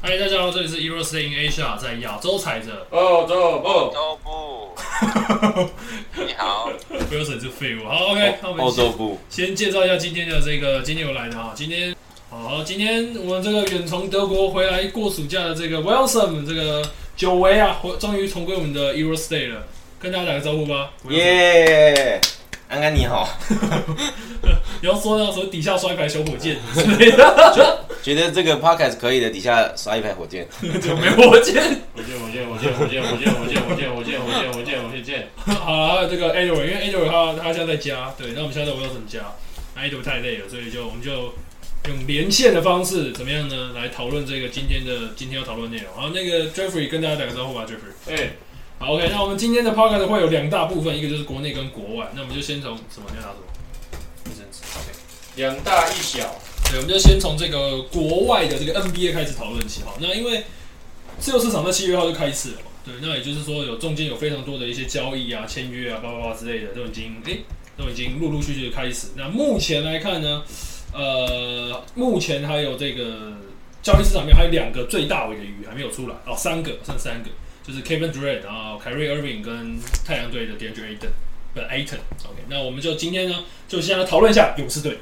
嗨，大家好，这里是 Euro Stay in Asia，在亚洲踩着。欧洲部，都不。你好，不用审是废物。好，OK，那我们哦欧先洲部，先介绍一下今天的这个今天有来的哈，今天好，今天我们这个远从德国回来过暑假的这个 Wilson，这个久违啊，回终于重归我们的 Eurostay 了，跟大家打个招呼吧。Wilson，耶！安安你好，你要说到什么底下摔牌小火箭之类的，觉得这个 podcast 可以的，底下刷一排火箭。就没火箭。我见我见我见我见我见我见我见我见我见我见我见， 好了，还有这个 Edward，因为 Edward 他他现在在家，对，那我们现在在 Wilson 家，那 Edward 太累了，所以就我们就。用连线的方式怎么样呢？来讨论这个今天的今天要讨论的内容。好，那个 Jeffrey 跟大家打个招呼吧，Jeffrey。哎，好，OK，那我们今天的 podcast 会有两大部分，一个就是国内跟国外。那我们就先从什么？你要拿什么？卫生纸。OK。两大一小，对，我们就先从这个国外的这个 NBA 开始讨论起。好，那因为自由市场在七月号就开始了嘛，对，那也就是说有中间有非常多的一些交易啊、签约啊、叭叭叭之类的，都已经诶、都已经陆陆续续的开始。那目前来看呢，呃，目前还有这个交易市场里面还有两个最大尾的鱼还没有出来哦，三个剩三个，就是 Kevin Durant，然后 Kyrie Irving 跟太阳队的 DeAndre Ayton，不 Ayton。OK，那我们就今天呢，就先来讨论一下勇士队。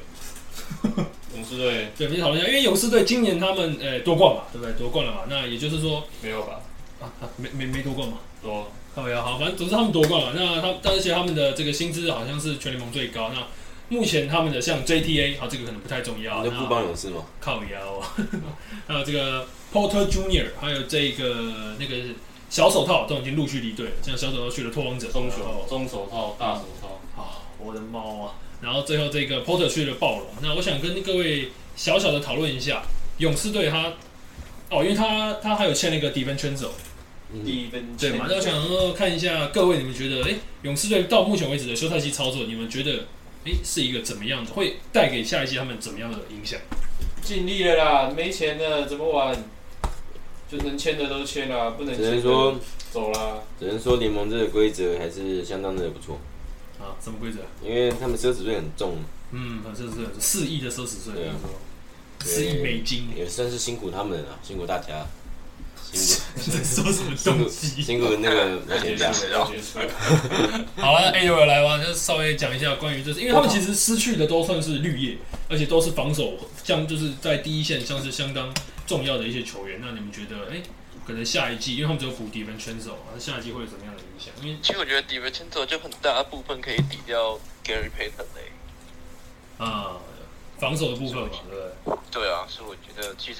勇士队对，我们先讨论一下，因为勇士队今年他们呃夺冠嘛，对不对？夺冠了嘛，那也就是说没有吧？啊啊，没没没夺冠嘛，多好呀，好，反正总之他们夺冠了。那他，但而且他们的这个薪资好像是全联盟最高。那目前他们的像 JTA 啊，这个可能不太重要，你都不那帮勇士吗？靠腰啊， 还有这个 Porter Junior，还有这个那个小手套都已经陆续离队了，像小手套去了拓荒者，中然后手中手套大手套，啊，我的猫啊！然后最后这个 Porter 去了暴龙。那我想跟各位小小的讨论一下，勇士队他哦，因为他他还有欠那个底分圈走，第一分对嘛？那我想呃看一下各位你们觉得，哎，勇士队到目前为止的休赛期操作，你们觉得哎是一个怎么样的，会带给下一季他们怎么样的影响？尽力了啦，啊没钱了怎么玩？就能签的都签啦，不能只签能的说，走啦。只能说联盟这个规则还是相当的不错，啊，什么规则？因为他们奢侈税很重，嗯，反正是四亿的奢侈税，对啊四亿美金，也算是辛苦他们了，辛苦大家，辛这 说什么苦东辛苦西？辛苦那个保险家。要结束， 好了，A 六来吧，就稍微讲一下关于这是，因为他们其实失去的都算是绿叶，而且都是防守像就是在第一线像是相当重要的一些球员。那你们觉得，哎、可能下一季，因为他们只有补底分圈手嘛，那下一季会有什么样的影响？因为其实我觉得 d i v e r g e n t 就很大部分可以抵掉 Gary Payton 嘞、啊、防守的部分嘛，对不对？对啊，所以我觉得其实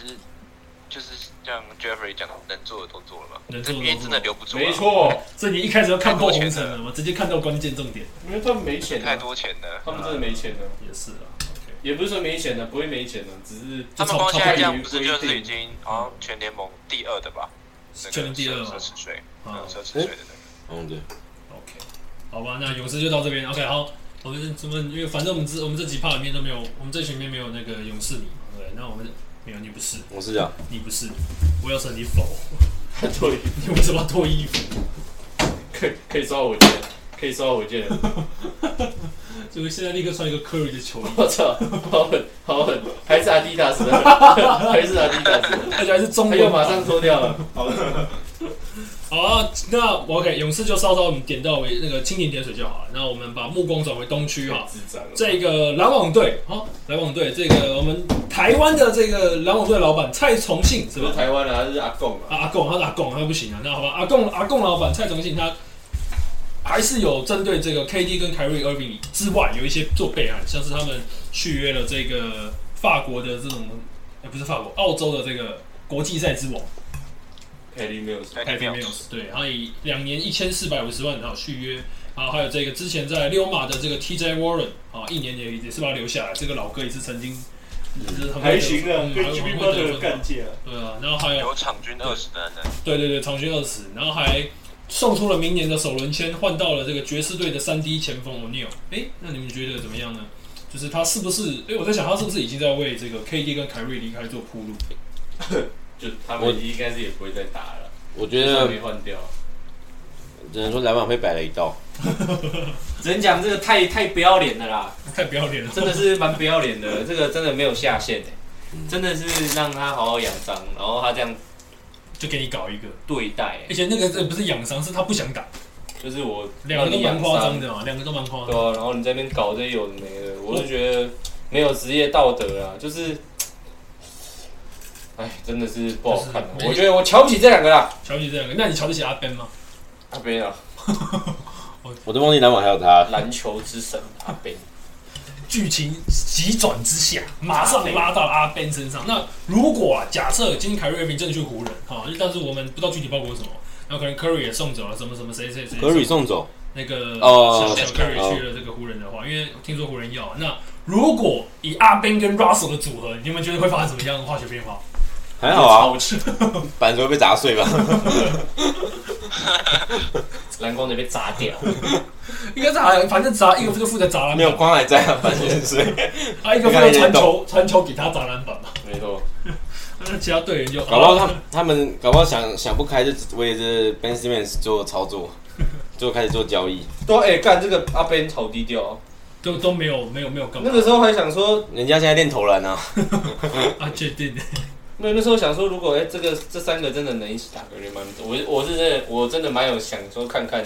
就是像 Jeffrey 讲，的，能做的都做了嘛，能做的都这做边真的留不住、啊，没，错，所以你一开始要看破红尘了嘛，直接看到关键重点，因为他们没钱太了，多钱了。他们真的没钱了，也是啊。OK，也不是说没钱了，啊不会没钱了，只是他们就光超现超在这过于样不是规就是定已经好像全联盟第二的吧？那个全联第二嘛奢奢侈税，啊嗯奢侈税的那个。嗯，对， OK，好吧，那勇士就到这边。OK，好，我们我们因为反正我们这我们这几 part 里面都没有，我们这群里面没有那个勇士迷嘛，对不对，那我们没有你不是，我是讲，你不是，我要说你否，对。你为什么要脱衣服？可以可以烧火箭，可以烧火箭，就是现在立刻穿一个 Curry 的球衣，我操，好狠，好狠，还是阿迪达斯的， 还是阿迪达斯的， 而且还是中他文又嘛。马上脱掉了，好啊，那 OK，勇士就稍稍我们点到为那个蜻蜓点水就好了。那我们把目光转回东区哈，智障了，这个篮网队，好、篮网队，这个我们台湾的这个篮网队老板蔡崇信是不吧是？台湾的，他是阿贡啊，啊阿贡，他是阿贡，他不行啊。那好吧，阿贡阿贡老板蔡崇信他还是有针对这个 KD 跟凯瑞· r v 之外有一些做备案，像是他们续约了这个法国的这种，哎、不是法国，澳洲的这个国际赛之王凯利没有说，凯利 Patty Mills Mills，对，他以两年一千四百五十万然后续约。然后还有这个之前在溜马的这个 TJ Warren 啊，一年也也是把他留下来。这个老哥也是曾经，就是很会还得行啊嗯，跟还 G B b 很 u 会 t 得分 l 干架。对啊，然后还有有场均二十的人，对对对，场均二十，然后还送出了明年的首轮签，换到了这个爵士队的三 D 前锋 o n e i l 哎，那你们觉得怎么样呢？就是他是不是？哎、我在想他是不是已经在为这个 KD 跟凯瑞离开做铺路？就他我们应该是也不会再打了，我觉就得算没换掉。只能说篮网被摆了一道。只能讲这个太太不要脸了啦，太不要脸了！ 真的是蛮不要脸的， 这个真的没有下限哎、真的是让他好好养伤，然后他这样就给你搞一个，对待、欸而且那个这呃不是养伤，是他不想打，就是我两个都蛮养夸伤张，的嘛，两个都蛮夸张对的。啊，然后你在那边搞这些有的没的，我是觉得没有职业道德啊，就是，哎，真的是不好看、啊就。是我觉得我瞧不起这两个啦，瞧不起这两个，那你瞧得起阿 Ben 吗？阿贝啊，我都忘记篮网还有他，篮球之神阿贝，剧情急转之下，马上拉到阿 Ben 身上。那如果啊，假设今天凯瑞平真的去湖人，哈、但是我们不知道具体包裹是什么，然后可能 Curry 也送走了，什么什么谁谁谁科瑞送走，那个哦小小 Curry 去了这个湖人的话，因为听说湖人要。那如果以阿 Ben 跟 Russell 的组合，你们觉得会发生什么样的化学变 化？还好啊，超级，板子会被砸碎吧？蓝光得被砸掉，应该是啊，反正砸一个就负责砸篮板，没有光还在啊，板子碎，啊，一个负责传球，传球给他砸篮板嘛。没错，那其他队员就 搞不好他啊们他们搞不好想想不开，就为这 Ben Simmons 做操 作，就开始做交易。对啊，哎、干这个阿贝好低调、哦，都都没有没有没有干嘛那个时候还想说人家现在练投篮啊，啊，确定没有，那时候想说，如果哎、这个这三个真的能一起打个联盟，我我是真的我真的蛮有想说看看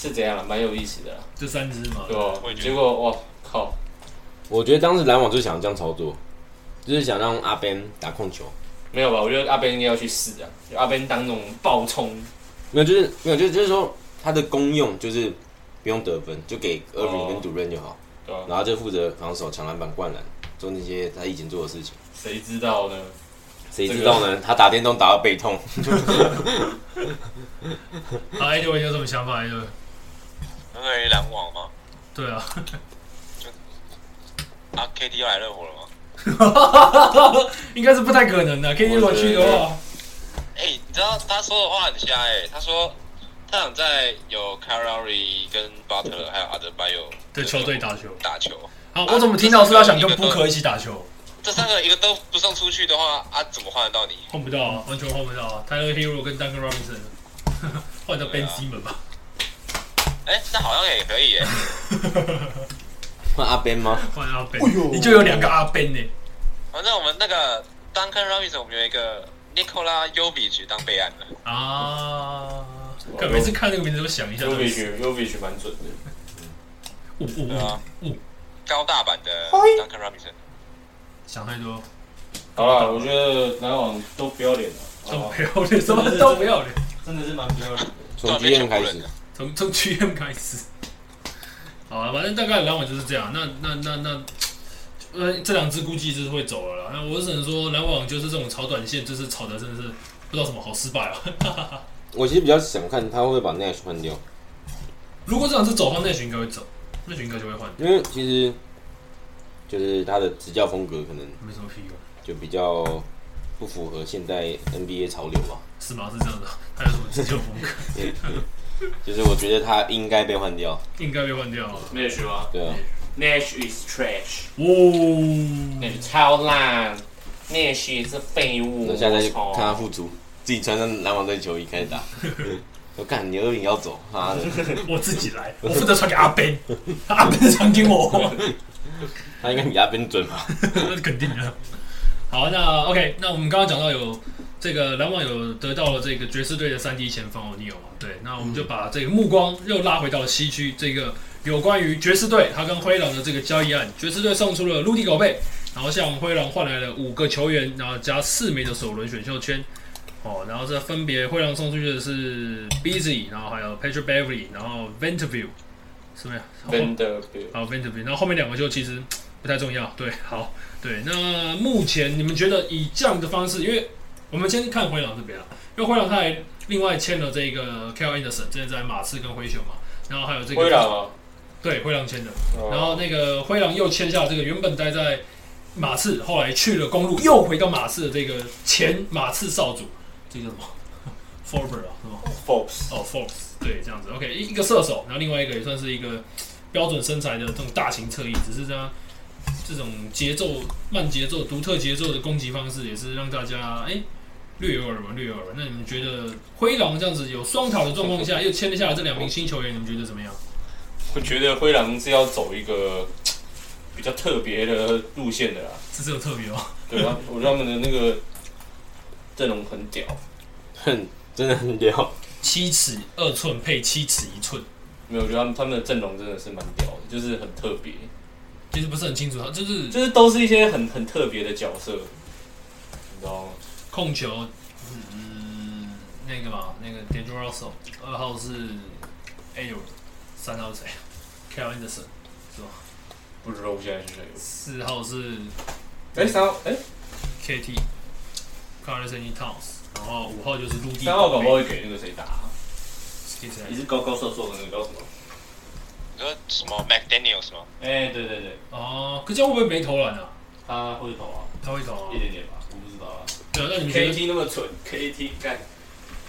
是怎样啊，蛮有意思的啦，这三支嘛，对啊吧我也？觉得结果哇靠，我觉得当时篮网就是想这样操作，就是想让阿 Ben 打控球，没有吧？我觉得阿贝应该要去试啊，就阿贝当那种爆冲，没有就是没有就是就是说他的功用就是不用得分，就给 Irving 跟哦 Durant 就好，对吧？然后就负责防守、抢篮板、灌篮，做那些他以前做的事情。谁知道呢？谁知道呢？他打电动打到背痛， 啊，艾我有什么想法？艾德，那个人篮网吗？对啊，啊，KD 要来热火了吗？ 应该是不太可能的。KD 如果去的话，哎、你知道他说的话很瞎哎、他说他想在有 c a r r y 跟 Butler 还有 a d e b y o 对球队打球。打球，好，我怎么听到说他想跟布克一起打球？这三个一个都不送出去的话，啊，怎么换得到你？换不到啊，完全换不到啊。Tyler Hero 跟 Duncan Robinson 换到 Ben Simmons 吧。哎、那好像也可以哎、换阿 Ben 吗？换阿 Ben，哎呦你就有两个阿 Ben 呢、反正我们那个 Duncan Robinson，我们有一个 Nicola y o v i c 当备案了。啊！干每次看那个名字都想一下。 u v i c u v i c 蛮准的，五五对啊五五，高大版的 Duncan Robinson，想太多，好啦，我觉得篮网都不要脸了，好不都不好要脸，什么都不要脸。真的是蛮不要脸的。从对啊 GM 开始，从从 GM 开始。 好啊，反正大概篮网就是这样。那那那那，呃，这两只估计就是会走了啦。那我只能说，篮网就是这种炒短线，就是炒的真的是不知道什么好失败啊。 我其实比较想看他会不会把 Nash 换掉，如果这两只走的话，那群应该会走，那群应该就会换，因为其实就是他的执教风格可能没什么屁用，就比较不符合现代 NBA 潮流啊吧。是吗？是这样的，还有什么自救风格？ 就是我觉得他应该被换掉，应该被换掉了。 Nash 吗对啊， ？Nash is trash，哦， Nash 超烂，Nash 是废物，那现在就我操啊看他复出，自己穿上篮网队球衣开始打。 我看你二饼要走，妈的，我自己来，我负责传给阿 Ben，阿 Ben 传给我。他应该比阿 Ben 准吧？ 那是 肯定的。好，那 OK，那我们刚刚讲到有这个篮网有得到了这个爵士队的三 D 前锋欧尼尔嘛？对，那我们就把这个目光又拉回到了西区，这个有关于爵士队他跟灰狼的这个交易案，爵士队送出了陆地狗贝，然后向灰狼换来了五个球员，然后加四枚的首轮选秀圈。哦，然后这分别灰狼送出去的是 Busy，然后还有 Patrick Beverly，然后 Venterview，是没有？ Vanderbilt。好 v e n t e r b i l 然后后面两个就其实不太重要。对，好，对。那目前你们觉得以这样的方式，因为我们先看灰狼这边啊，因为灰狼他还另外签了这个 k a l Anderson，之前在马刺跟灰熊嘛，然后还有这个灰狼啊，对灰狼签的，哦然后那个灰狼又签下这个原本待在马刺，后来去了公路，又回到马刺的这个前马刺少主，这个叫什么？ Forber 啊，是吗？ Forbes，哦 f o r b s 对，这样子，OK，一一个射手，然后另外一个也算是一个标准身材的这种大型侧翼，只是他这种节奏慢节奏、独特节奏的攻击方式，也是让大家哎、略有耳闻，略有耳闻。那你们觉得灰狼这样子有双塔的状况下，又签了下来这两名新球员，你们觉得怎么样？我觉得灰狼是要走一个比较特别的路线的啦。这是有特别哦，对嗯啊，我觉得他们的那个阵容很屌，哼，真的很屌。七尺二寸配七尺一寸，没有，我觉得他们他们的阵容真的是蛮屌的，就是很特别，其实不是很清楚，他就是就是都是一些很很特别的角色，你知道吗？控球，嗯，那个嘛，那个 d a n g e r o s o 二号是 a y 三号是谁 k a l Anderson，不知道我现在是谁。四号是哎、三号，哎、 KT c a r l Anthony Towns，然后五号就是陆地三号搞不好会给那个谁打、啊是谁也是高高瘦瘦的那个叫什么？你说什么 McDaniel 吗？哎、对对对，哦，可这样会不会没投篮啊？他会投啊，他会投啊，点点吧，我不知道啊。对啊，那你们觉得？ KT 那么蠢，KT 干，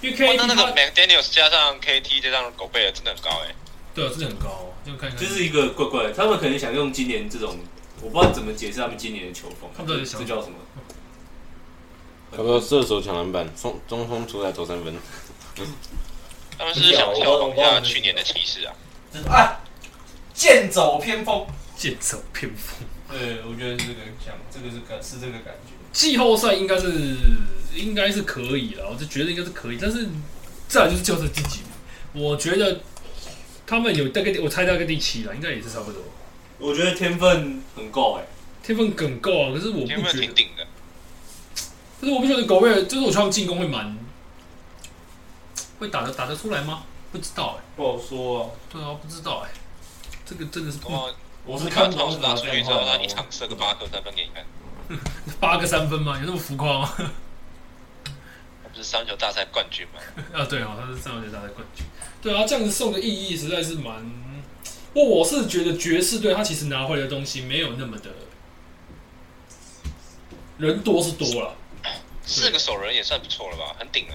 因为哇哦 KT 那那个他 McDaniel 加上 KT 加上狗贝尔真的很高哎、对啊，真的很高哦，就看一看，就是一个怪怪的，他们可能想用今年这种，我不知道怎么解释他们今年的球风，啊他们到底想这叫什么？差不多射手抢篮板，中中锋出来投三分。他们是不是想效仿一下去年的骑士啊？啊，剑走偏锋。剑走偏锋。对，我觉得是这个想，这个是感是这个感觉。季后赛应该是应该是可以了，我就觉得应该是可以，但是再来就是就是自己，我觉得他们有大概我猜大概第七了，应该也是差不多，我觉得天分很够哎、天分梗够啊，可是我不天分觉挺得，顶的，可是我不觉得狗贝尔，就是我觉得他们进攻会蛮会打得打得出来吗？不知道哎、不好说啊。对啊，不知道哎、这个真的是不哇！我你把 Towns 拿出去之后，他一场射个八颗三分给你看，八个三分吗？有那么浮夸吗？他不是三球大赛冠军吗？ 啊，对哦，他是上一届大赛冠军。对啊，这样子送的意义实在是蛮……我我是觉得爵士队他其实拿回来的东西没有那么的人多是多了，四个首轮也算不错了吧，很顶了。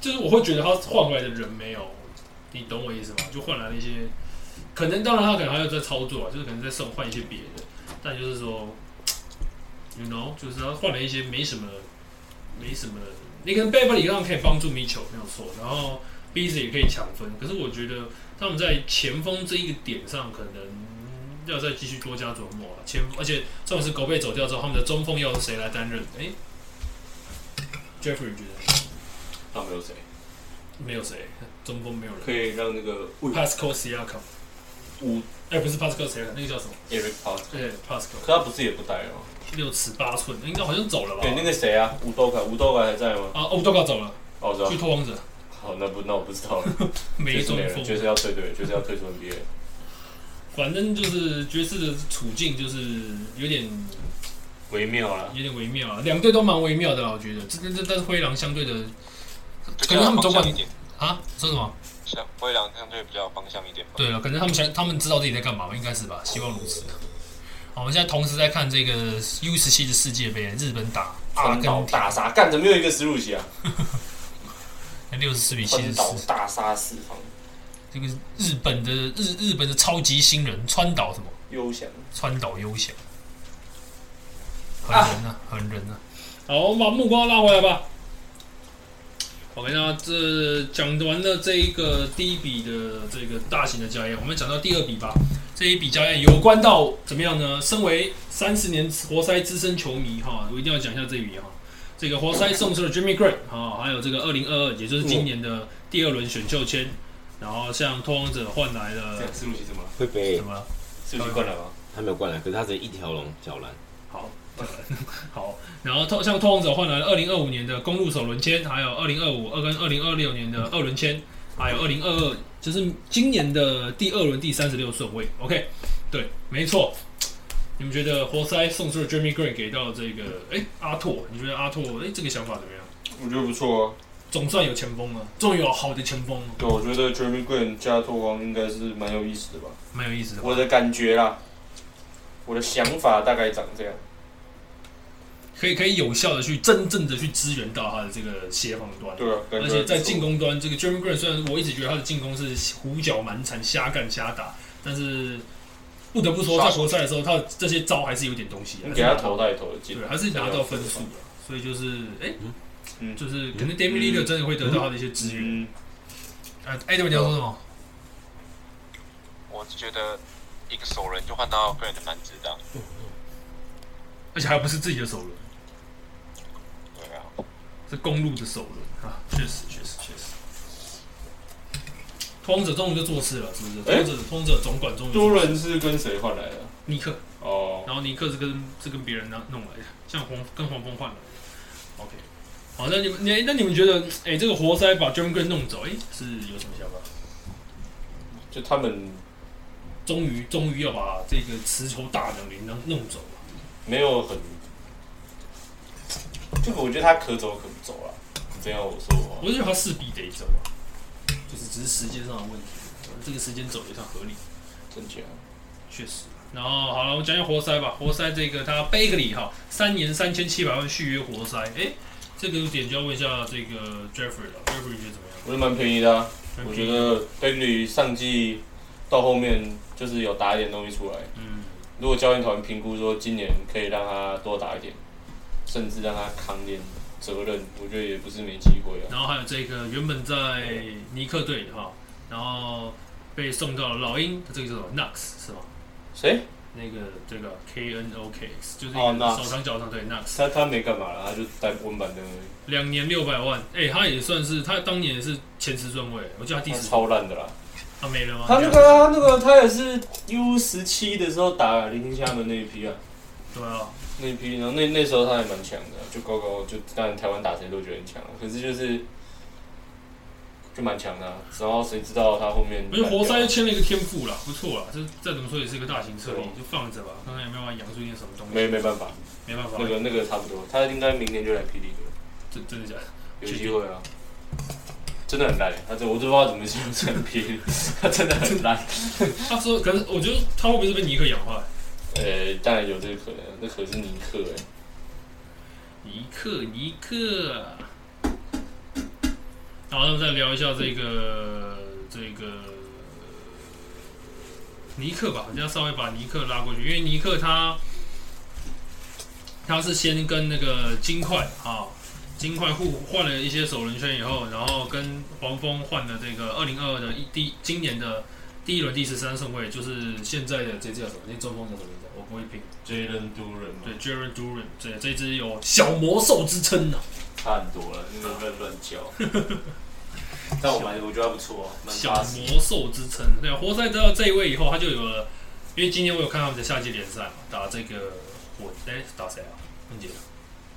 就是我会觉得他换回来的人没有，你懂我意思吗？就换来了一些，可能当然他可能还要再操作啊，就是可能再送换一些别的，但就是说，you know，就是他换了一些没什么没什么，你可能贝弗里让可以帮助米球没有错，然后 b e a s 也可以抢分，可是我觉得他们在前锋这一个点上可能。要再继续多加琢磨了，前而且重点是狗贝走掉之后，他们的中锋要由谁来担任？哎、j e f f r e y 你觉得他没有谁没有谁，中锋没有人。可以让那个五 Pascal Siakam，五哎、不是 Pascal Siakam，那个叫什么？ Eric p a s 对，Pascal，可他不是也不带了吗？六尺八寸，应该好像走了吧？对，那个谁啊，吴豆凯，吴豆凯还在吗？啊，欧多高走了，哦，我知道去。拓荒者，好，那不那我不知道了。没中人，就锋。是要退队，就是要退出 NBA。反正就是爵士的处境就是有点微妙啦，有点微妙啊，两队都蛮微妙的啦，我觉得。这这这，但是灰狼相对的，比可较能有他们总方管向一点，啊，说什么？像灰狼相对比较有方向一点吧。对了，可能他们想，他们知道自己在干嘛吧，应该是吧？希望如此。好，我们现在同时在看这个 U 十七的世界杯，日本打阿川岛根廷大杀，干怎么没有一个十五席啊？六十四比七川十岛四。大杀四方，这个日本的日日本的超级新人川岛什么优翔。川岛优翔，狠人啊，狠人啊！好，我们把目光拉回来吧。OK，那这讲完了这一个第一笔的这个大型的交易，我们讲到第二笔吧。这一笔交易有关到怎么样呢？身为三十年活塞资深球迷哈，我一定要讲一下这一笔哈。这个活塞送出了 Jimmy Grant 哈，还有这个二零二二，也就是今年的第二轮选秀签。然后像拓荒者换来了这样十五席怎么了？会被什么？十嗯五席灌篮吗？他没有灌篮，可是他只一条龙脚篮。好， 好，然后透像拓荒者换来了二零二五年的公路首轮签，还有二零二五二跟二零二六年的二轮签，还有二零二二，就是今年的第二轮第三十六顺位。OK，对，没错。你们觉得活塞送出了 Jeremy Green 给到这个哎阿拓，你觉得阿拓哎这个想法怎么样？我觉得不错啊。总算有前锋了，终于有好的前锋了，对，我觉得 Jeremy Green 加拓王应该是蛮有意思的吧。蛮有意思的吧。我的感觉啦，我的想法大概长这样。可以可以有效的去真正的去支援到他的这个协防端。对啊，感觉而且在进攻端，这个 Jeremy Grant 虽然我一直觉得他的进攻是胡搅蛮缠、瞎干瞎打，但是不得不说，在活塞的时候，他的这些招还是有点东西的，你给他投带投的进对，，还是拿到分数了。所以就是，哎、嗯就是可能 d a m i l i l l 真的会得到他的一些支援。嗯，啊，艾德，你要说什么？我是觉得一个熟人就换到个人的蛮值当。而且还不是自己的首轮，对啊，是公路的首轮啊，确实，确实，确实。通者终于就做事了，是不是？哎通者，通者总管终于多做事伦是跟谁换来的？尼克，哦，然后尼克是跟是跟别人拿弄来的，像黄跟黄蜂换来的。OK，好，那你们你那你们觉得，哎、这个活塞把 j o h n g r e n 弄走，哎、是有什么想法？就他们终于终于要把这个持球大能铃铛弄走了。没有很，这个我觉得他可走可不走了。这样我说的话，我是觉得他势必得走啊，就是只是时间上的问题，这个时间走也算合理。真假？确实。然后好了，我讲讲活塞吧。活塞这个他 Bagley 哈，三年三千七百万续约活塞。哎，这个点就要问一下这个 Jeffrey 了。Jeffrey 你觉得怎么样？我觉得蛮便宜的啊。我觉，得 Bagley 上季到后面就是有打一点东西出来。嗯，如果教练团评估说今年可以让他多打一点，甚至让他扛点责任，我觉得也不是没机会啊。然后还有这个原本在尼克队的哈，然后被送到了老鹰，这个叫什么 Knox 是吗？谁？那个这个 K N O K X 就是一哦个，Knox 手长脚长对 Knox，他他没干嘛啦，他就带温板的而已，两年六百万，哎，他也算是他当年也是前十顺位，我记得他第他十，超烂的啦。他没了吗？哦他那个啊，那个他也是 U 十七的时候打林青厦门那一批啊，对啊，那一批，然后那那时候他还蛮强的，就高高就当然台湾打谁都觉得很强啊，可是就是就蛮强的、啊，然后谁知道他后面我觉得活塞签了一个天赋啦，不错啦，啊这再怎么说也是一个大型策略对啊，就放着吧，看看有没有办法养出一点什么东西。没没办法，没办法，那个那个差不多，他应该明年就来霹雳了。真真的假的？有机会啊！真的很烂，欸他这我都不知道怎么形容成批， 他真的很烂。他说，啊可是我觉得他会不会是被尼克养坏？呃，当然有这个可能，那可是尼克哎、尼克，尼克。然后那我们再聊一下这个这个尼克吧，我们要稍微把尼克拉过去，因为尼克他他是先跟那个金块啊，金块互换了一些首轮圈以后，然后跟黄蜂换了这个二零二二的一第今年的第一轮第十三顺位，就是现在的这支叫什么？那中锋叫什么名字？我不会拼。 Jalen Duran 对 j e r e d Duran，这这支有小魔兽之称啊呢、差很多了，那个乱乱叫。 但我蛮我觉得还不错、啊，蛮小扎实。魔兽之称。对，啊活塞得到这一位以后，他就有了，因为今天我有看他们的夏季联赛嘛，打这个火，哎、打谁啊？问姐，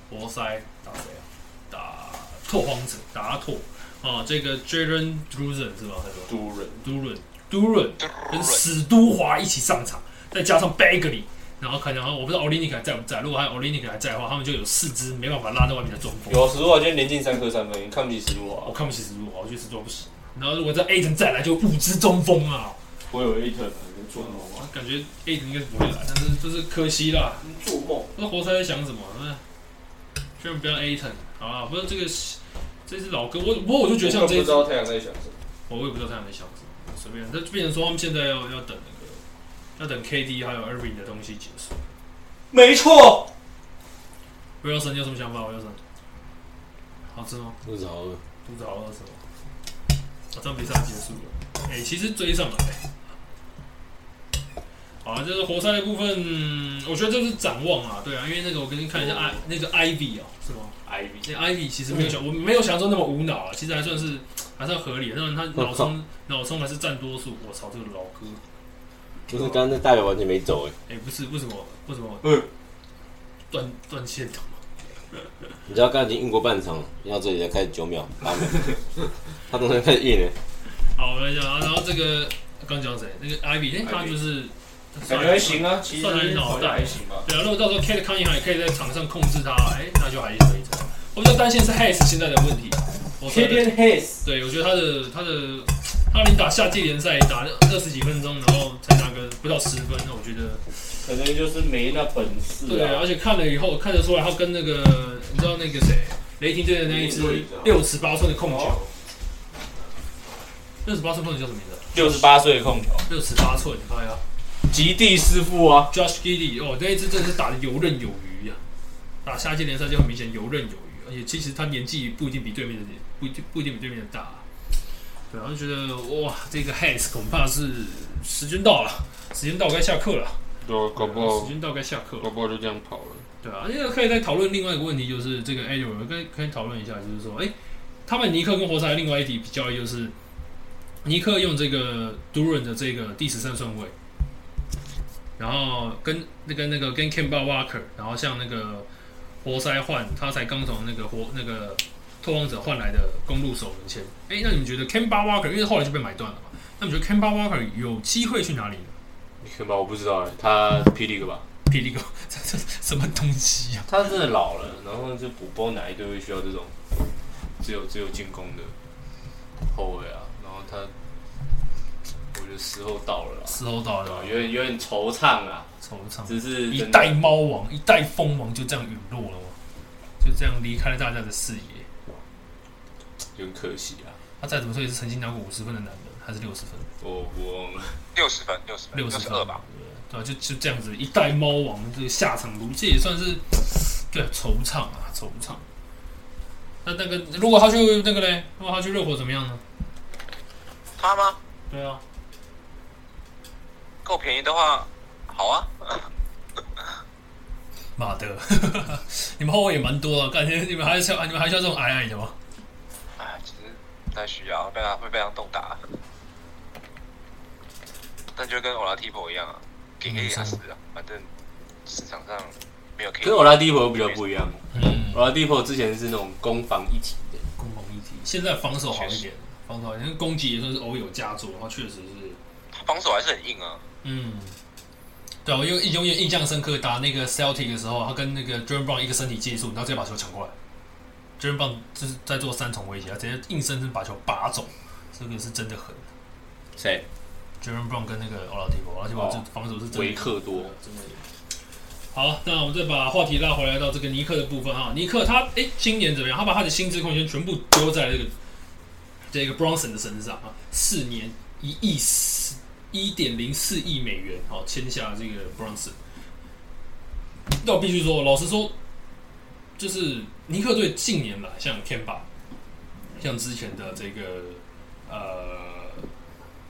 活塞打谁啊？打拓荒者，打阿拓啊，这个 Jalen Duran 是吧？他 Duran 说 Duran Duran 跟史都华一起上场，再加上 Bagley。然后可能我不知道 o l i n i k 还在不在，如果还有 o l i n i k 还在的话，他们就有四支没办法拉到外面的中锋。有啊，史都华今天连进三颗三分，你看不起史都我华？哦看不起石柱华，我觉得石柱不行。然后如果这 A 层再来，就五支中锋啊，我有 A 特能做梦我吗？感觉 A 层应该是不会来，但是就是可惜啦。做梦。不知道活塞在想什么，嗯，居然不要 A 层，好啦，不是这个这支老哥，我不过我就觉得像这一支，太阳在想什么。我也不知道他们在想什么，随便，那就变成说他们现在要要等那个，要等 KD 还有 Irving 的东西结束。没错， Wilson，你有什么想法？Wilson，好吃吗？肚子好饿。肚子好饿是吗？啊，这场比赛结束了。哎、其实追上来、好啊，就是活塞的部分，嗯我觉得这是展望啊，对啊，因为那个我给你看一下 I 那个 Ivy 哦、是吗？啊 Ivy 那 Ivy 其实没有想，我没有想说那么无脑啊，其实还算是还算合理的，让他脑充脑充还是占多数。我操，这个老哥，就是刚刚那代表完全没走哎、哎、不是为什么为什么嗯断断线头？你知道刚刚已经运过半场了，运到这里才开始九秒八秒，他中间开始运了，好，我来讲啊，然后这个刚讲谁？那个 Ivy，那他就是感觉还行啊，其实算来脑好像袋还行吧。对啊，如果到时候 Kate Cunningham 也可以在场上控制他，哎、那就还可以这样。我比较担心是 Hayes 现在的问题。我觉 k 得 d n Hayes 对，我觉得他的他的他连打夏季联赛打二十几分钟，然后才拿个个不到十分，那我觉得可能就是没那本事对啊，啊而。且看了以后看得出来，他跟那个你知道那个谁雷霆队的那一只六尺八寸的控球哦，六尺八寸控球叫什么名字？六十八岁的控球，六尺八寸，哎呀极地师傅啊， ，Josh Giddy 哦，那一只真的是打的游刃有余呀、打下一届联赛就很明显游刃有余，而且其实他年纪不一定比对面的不一定不一定比对面的大、啊对，然后觉得哇，这个 Hans 恐怕是时间到了，时间到该下课了，对，啊搞不好时间到该下课了搞。不好就这样跑了。对啊，因为可以再讨论另外一个问题，就是这个 a d 可以可以讨论一下，就是说，哎、他们尼克跟活塞另外一题比较，就是尼克用这个 Duran 的这个第十三顺位，然后跟那个那个跟 k e m b a Walker，然后像那个活塞换，他才刚从那个活那个拓荒者换来的公路首轮签。哎、那你们觉得 k e m b a Walker，因为后来就被买断了嘛，那你们觉得 k e m b a Walker 有机会去哪里呢？什么？我不知道哎，他霹雳个吧？霹雳狗， 这这什么东西呀、啊他真的老了，然后就补包哪一队会需要这种只有只有进攻的后卫啊？然后他，我觉得时候到了啦，时候到对吧了，有点有点惆怅啊，惆怅。只是一真的代猫王、一代蜂王就这样陨落了吗？就这样离开了大家的视野。有点可惜啊。他再怎么说也是曾经拿过五十分的男人，还是六十分，我我 忘了，六十分，六十分，六十十分二吧。。对啊，就就这样子，一代猫王这个下场如这也算是对啊惆怅啊，惆怅。那那个如果他去那个嘞，如果他去热火怎么样呢？他吗？对啊，够便宜的话，好啊。妈的， 你们后卫也蛮多啊，感觉你们还是要你们还需要这种矮矮的吗？哎，其实不太需要，被他会被他动打。但就跟 Oladipo 一样啊，给可以给他死啊，反正市场上没有可以跟。我拉蒂婆比较不一样，嗯，我拉蒂婆之前是那种攻防一体的，攻防一体，现在防守好一点，防守好一点，攻击也算是偶有佳作，然后确实是，防守还是很硬啊。嗯，对啊，我永永远印象深刻，打那个 Celtic 的时候，他跟那个 j e r m Brown 一个身体接触，然后直接把球抢过来 j e r m Brown 就是在做三重威胁，他直接硬生生把球拔走，这个是真的狠。谁？ j e r m Brown 跟那个 Oladipo，而且我这哦防守是真的维克多。真的有。好，那我们再把话题拉回来到这个尼克的部分哈。尼克他哎，今年怎么样？他把他的薪资空间全部丢在这个这个 Bronson 的身上啊，四年一亿四一点零四亿美元，好签下这个 Bronson。那我必须说，老实说，就是尼克队近年来像 k e m b a 像之前的这个呃，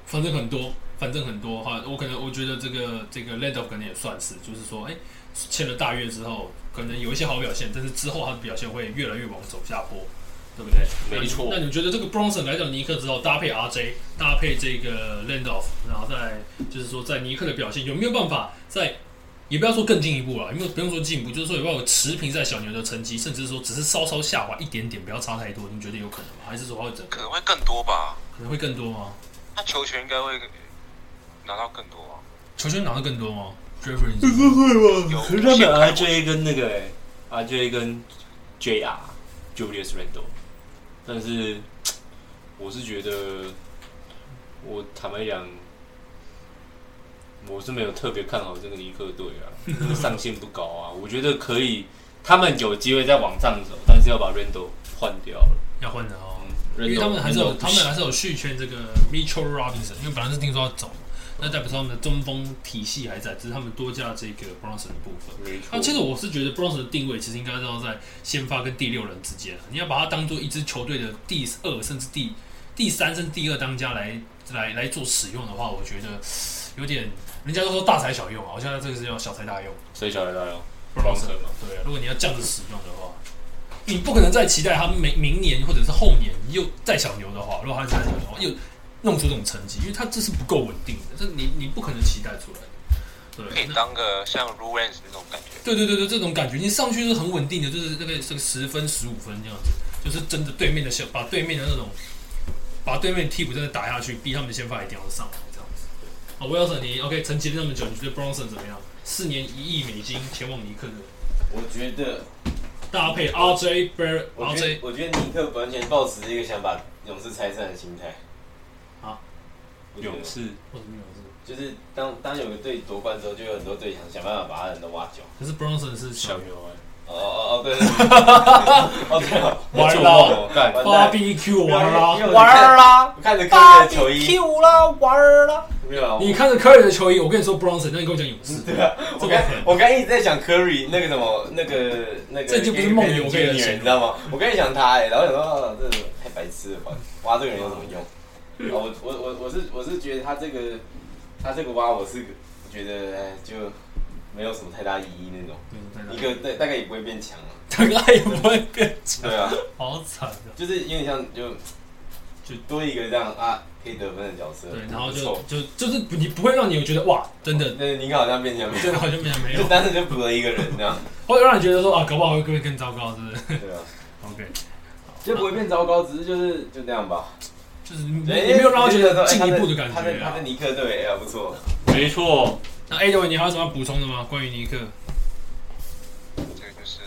反正很多，反正很多哈。我可能我觉得这个这个 Landoff 可能也算是，就是说，哎、签了大约之后，可能有一些好表现，但是之后他的表现会越来越往走下坡，对不对？没错那你那你觉得这个 Bronson 来到尼克之后，搭配 RJ，搭配这个 Landoff，然后再就是说在尼克的表现有没有办法在？也不要说更进一步啊了，因为不用说进一步，就是说有没有持平在小牛的成绩，甚至说只是稍稍下滑一点点，不要差太多，你觉得有可能吗？还是说他会整可能会更多吧。可能会更多吗？他球权应该会拿到更多、啊。球权拿的更多吗？Jeffrey，你不会吧？有可是他有们 RJ 跟那个哎、RJ 跟 JR Julius Randle，但是我是觉得，我坦白讲，我是没有特别看好这个尼克队啊， 那个上限不高啊。我觉得可以，他们有机会再往上走，但是要把 Randle 换掉了。要换人哦，嗯因为他们还是有 Randle 不他行们还是有续签这个 Mitchell Robinson，因为本来是听说要走，那代表说他们的中锋体系还在，只是他们多加这个 Bronson 的部分。没那、错，啊、其实我是觉得 Bronson 的定位其实应该是要在先发跟第六人之间啊，你要把他当做一支球队的第二甚至第第三甚至第二当家来来来做使用的话，我觉得有点人家都说大材小用啊，我现在这个是要小材大用。谁小来大哟？ Bronson 嘛，对啊，如果你要这样子使用的话，你不可能再期待他明明年或者是后年又再小牛的话，如果他再小牛的话又弄出这种成绩，因为他这是不够稳定的，这你你不可能期待出来的。可对以，当个像 r u w a n s 那种感觉。对对对对，这种感觉，你上去是很稳定的，就是那个这个十分十五分这样子，就是真的对面的小把对面的那种，把对面的替补真的打下去，逼他们先发一定要上来这样子。啊，Wilson，你 OK 沉寂了那么久，你觉得 Bronson 怎么样？四年一亿美金前往尼克的我觉得，搭配 RJ Barrett 我觉 RJ 得，我觉得尼克完全抱持一个想把勇士拆散的心态。啊，不觉得勇吗士或者没有是。就是当当有个队夺冠之后，就有很多队想想办法把他人都挖角。可是 Bronson 是小牛哦哦哦，对对对，哦对哦，哎，玩做啦梦干，完蛋，BBQ 玩啦。啦，啦，我看着科里的球衣，啦，玩啦。没有啊，你看着 Curry 的球衣，我跟你说 Bronson，那你跟我讲勇士，我刚我刚一直在想 Curry 那个什么那个那个，这就不是梦游可以女的人，形容你知道吗？我刚才想他哎，然后想到这太白痴了吧，挖这个人有什么用？啊，我我我我是我是觉得他这个他这个挖我是觉得哎就没有什么太大意义那种， 嗯一个大大概也不会变强啊。大概也不会变，对啊，好惨的。就是有点像就就多一个这样啊可以得分的角色，对，然后不就错就就是你不会让你有觉得哇，真 的那宁可好像变强，真的好像没有没 就有，但是就补了一个人 这样，会让你觉得说啊，搞不好会更更糟糕，是不是 对啊。 ？OK，就不会变糟糕，只是就是就那样吧。就是你没有让他觉得进一步的感哎他在觉他在啊。尼克队，哎呀不错，没错，那 A 位你还有什么要补充的吗？关于尼克这个就是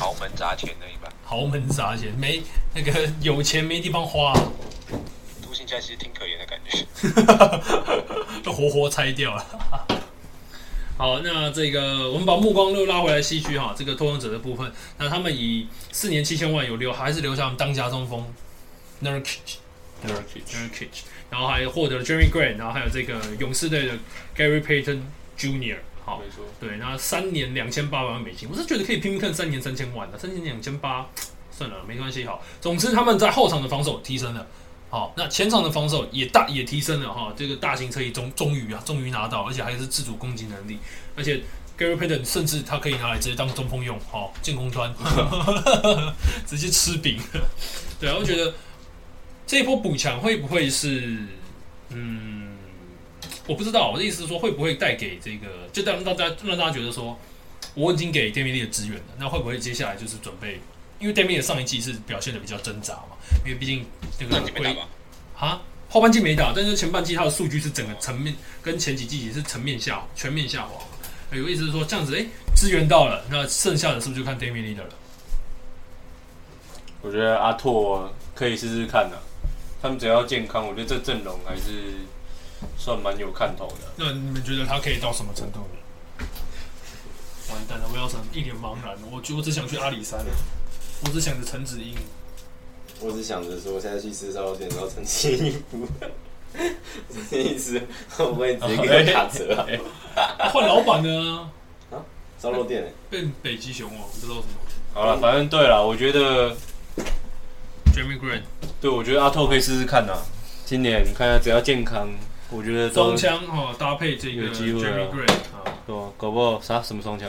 豪门砸钱而已吧。豪门砸钱，没那个 有钱没地方花、啊，独行侠其实挺可怜的感觉。 就啊活活拆掉了。 好，那这个我们把目光又拉回来西区哈，这个拓荒者的部分，那他们以四年七千万有留，还是留下我们当家中锋 Nurkic。Nurkic，然后还获得了 Jeremy Grant，然后还有这个勇士队的 Gary Payton Jr. 好，没错，对，那三年两千八百万美金，我是觉得可以拼拼看三年三千万的，啊三年两千八，算了，没关系。好，总之他们在后场的防守提升了，好，那前场的防守也大也提升了哈。这个大型车衣终终于啊，终于拿到，而且还是自主攻击能力，而且 Gary Payton 甚至他可以拿来直接当中锋用，好，进攻端，直接吃饼。对啊，我觉得这一波补强会不会是嗯？我不知道，我的意思是说，会不会带给这个，就让大家让大家觉得说，我已经给 d a m i 的支援了，那会不会接下来就是准备？因为 d a m i 上一季是表现的比较挣扎嘛，因为毕竟那个那你没打吧？啊，后半季没打，但是前半季他的数据是整个层面跟前几季也是层面下全面下滑。哎有意思是说这样子，哎、资源到了，那剩下的是不是就看 d a m i 的了？我觉得阿拓可以试试看的、他们只要健康，我觉得这阵容还是算蛮有看头的。那你们觉得他可以到什么程度呢？完蛋了，我要成一脸茫然，我就我只想去阿里山，我只想着陈子英。我只想着说，我现在去吃烧肉店，然后穿新衣 服，穿新衣服，我会直接给你打折啊！换老板呢？烧肉店，变北极熊哦，不知道什么。好了，反正对了，我觉得 Jeremy Grant 对，我觉得阿拓可以试试看呐、啊今年看一下，只要健康，我觉得都双枪哦，搭配这个有机会啊 Jeremy Grant 啊，对啊搞不好啥什么双枪，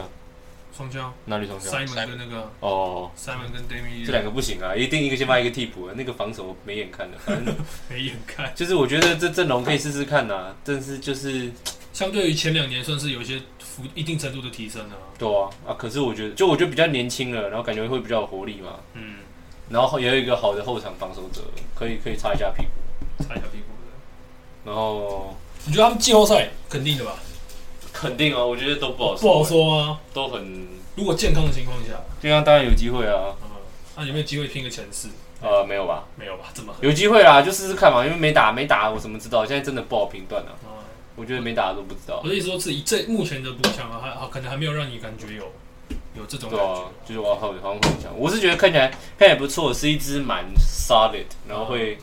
双枪哪里双枪？ Simon 跟那个哦， Simon 跟 d a m i 啊这两个不行啊，一定一个先发一个替补啊，那个防守没眼看的。反正没眼看，就是我觉得这阵容可以试试看呐、啊但是就是相对于前两年算是有一些幅一定程度的提升了、啊。对啊啊，可是我觉得就我觉得比较年轻了，然后感觉会比较有活力嘛，嗯，然后也有一个好的后场防守者，可以可以擦一下屁股。擦一下屁股的。然后你觉得他们季后赛肯定的吧？肯定啊，我觉得都不好不好，说啊。都很如果健康的情况下，对啊，当然有机会啊，啊、那有没有机会拼个前四？呃，没有吧？没有吧？这么狠有机会啦，就试试看嘛，因为没打没打，我怎么知道？现在真的不好评断啊，啊！我觉得没打都不知道我。的意思说，自己这目前的补强啊，还还可能还没有让你感觉有有这种对感啊觉。，就是往后往后想，我是觉得看起来看起来不错，是一支蛮 solid，然后会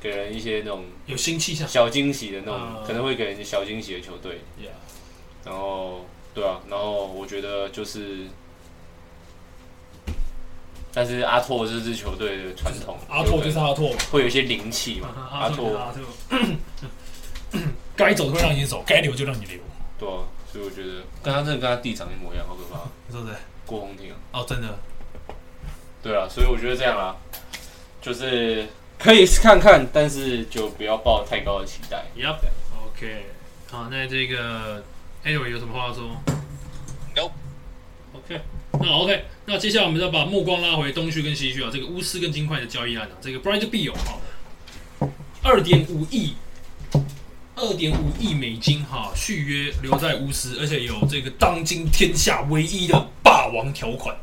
给人一些那种有新气象。小惊喜的那嗯种，可能会给人小惊喜的球队。 Yeah. 然后对啊，然后我觉得就是，但是阿拓这支球队的传统，阿拓就是阿拓嘛，会有一些灵气嘛，阿拓就是 拓阿拓， 该走的会让你走，该留就让你留，对啊，所以我觉得跟他真的跟他弟长一模一样，好可怕，是不是？郭宏庭啊。哦，真的，对啊，所以我觉得这样啦，就是可以看看，但是就不要抱太高的期待。 Yep. OK，好，那这个 Edward 有什么话要说吗 Nope OK，那 OK，那接下来我们再把目光拉回东区跟西区啊，这个巫师跟金块的交易案啊，这个 Brian 就必有哈，二点五亿。二点五亿美金哈，续约留在巫师，而且有这个当今天下唯一的霸王条款。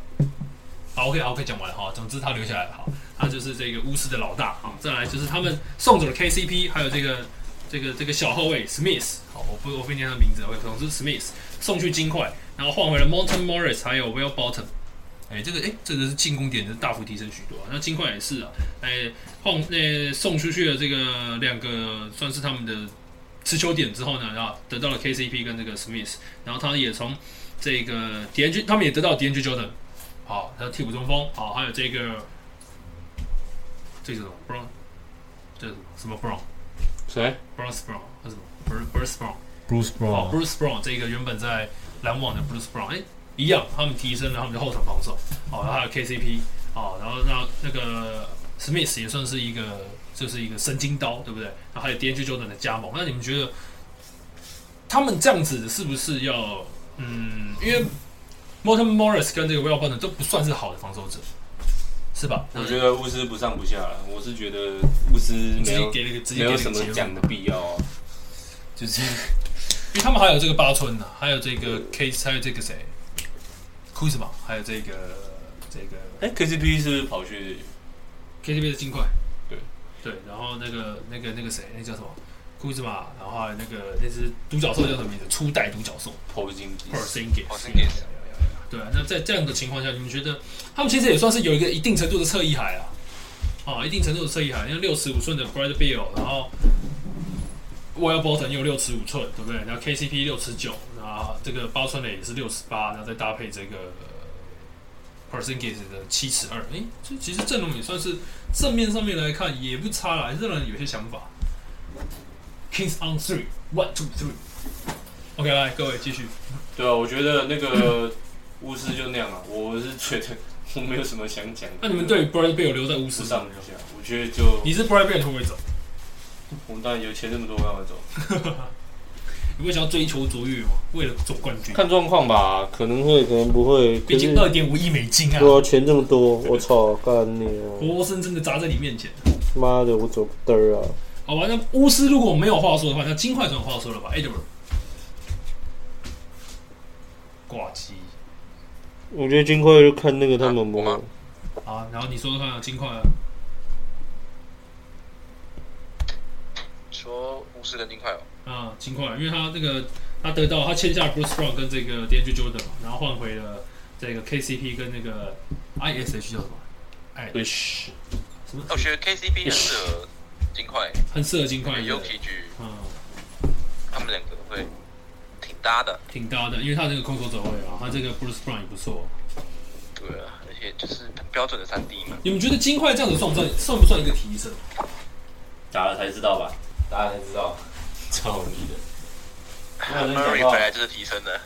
好，OK，好，OK，讲完了哈。总之他留下来了哈，他就是这个巫师的老大哈。再来就是他们送走了 KCP，还有这个这个这个小后卫 Smith，好，我不我不念他的名字，我总之 Smith 送去金块，然后换回了 Monton Morris 还有 Will Bottom。哎、这个哎、这个是进攻点，就是大幅提升许多、啊。那金块也是啊，哎、换呃送出去的这个两个算是他们的持球点之后呢，啊得到了 KCP 跟这个 Smith，然后他也从这个 d n g 他们也得到 d n g Jordan，好，还有替补中锋，好，还有这个这个什么 Brown，这个什么什么 Brown。谁？ Bruce Brown 还是什么 Bruce Bruce Brown， Bruce 哦 Brown， ，Bruce Brown 这个原本在篮网的 Bruce Brown，哎、一样，他们提升了他们的后场防守，哦，然后还有 KCP，哦，然后那那个 Smith 也算是一个，就是一个神经刀，对不对？然后还有 DNG Jordan 的加盟，那你们觉得他们这样子是不是要，嗯，因为 Morton Morris 跟这个 Will b u t t o n 都不算是好的防守者，是吧？我觉得巫师不上不下了，我是觉得巫师你直没接有给了一个直没接给有了一什个么结论。讲的必要啊， 就是因为他们还有这个八村呢、还有这个 Case，还有这个谁，Kuzma，还有这个这个哎，KCP 是不是跑去 KTV 的金块，对对，然后那个那个那个谁，那叫什么 Kuzma，然后还有那个那只独角兽叫什么名字？初代独角兽偷金鸡 p e r s i n g e s Porzingis 对啊，那在这样的情况下，你们觉得他们其实也算是有一个一定程度的侧翼海啊，啊，一定程度的侧翼海，像六十五寸的 Brad Beal，然后 Will Bolton 又六十五寸，对不对？然后 KCP 六十九，然后这个八寸的也是六十八，然后再搭配这个 p e r s i n g i s 的七尺二，诶，这其实阵容也算是正面上面来看也不差啦，还是让人有些想法。Kings on three, one two three。OK，来各位继续。对啊，我觉得那个巫师就那样啊，我是觉得 我没有什么想讲的。那你们对 Brad Beal 留在巫不师上上不，下，我觉得就你是 Brad Beal 会不会走？我们当然有钱这么多，干嘛走？你会想要追求卓越吗？为了总冠军，看状况吧，可能会，可能不会。毕竟二点五亿美金啊，对啊，钱这么多，我操，干你啊！活生生的砸在你面前。啊妈的，我走不嘚儿啊！好吧，那巫师如果没有话说的话，那金块总有话说了吧？Edward 挂机我觉得金块就看那个他们有没啊我有吗啊，然后你说说看啊，金块啊，说巫师跟金块哦，啊，金块，因为他这个他得到他签下 Bruce Brown 跟这个 d a n g e Jordan 嘛，然后换回了这个 KCP 跟那个 ISH 叫什么？哎，对，嘘什么我？觉得 KCP 很适合金块，很适合金块，对不对 Yuki 局嗯，他们两个会挺搭的。挺搭的，因为他这个空手走位啊，他这个 Bruce Brown 也不错。对啊，而且就是很标准的三 D 嘛。你们觉得金块这样子算不算算不算一个提升？打了才知道吧，大家才知道。操你的！哎那 Murray 回来就是提升的，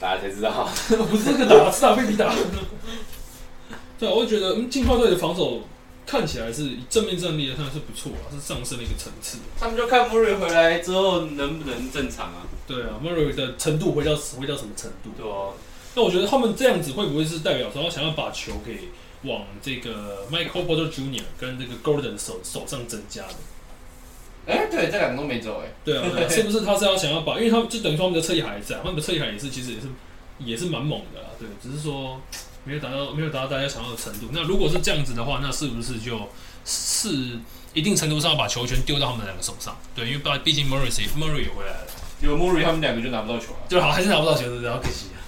大家才知道，不是这个打，是打被你打。 对啊，我就觉得嗯，金块队的防守看起来是以正面战力来看是不错啊，是上升了一个层次。他们就看 Murray 回来之后能不能正常啊？对啊，Murray 的程度回到回到什么程度？对啊，那我觉得他们这样子会不会是代表说想要把球给往这个 Michael Porter Jr. 跟这个 Golden 手手上增加的？哎，对，这两个都没走哎。对啊，对啊，是不是他是要想要把，因为他们就等于说他们的侧翼还在，他们的侧翼还也是其实也是也是蛮猛的啦，对，只是说没有达到没有达到大家想要的程度。那如果是这样子的话，那是不是就是一定程度上把球权丢到他们两个手上？对，因为毕毕竟 Murray 谁 Murray 也回来了，有 Murray 他们两个就拿不到球啊，对，好还是拿不到球，对不对？好可惜啊，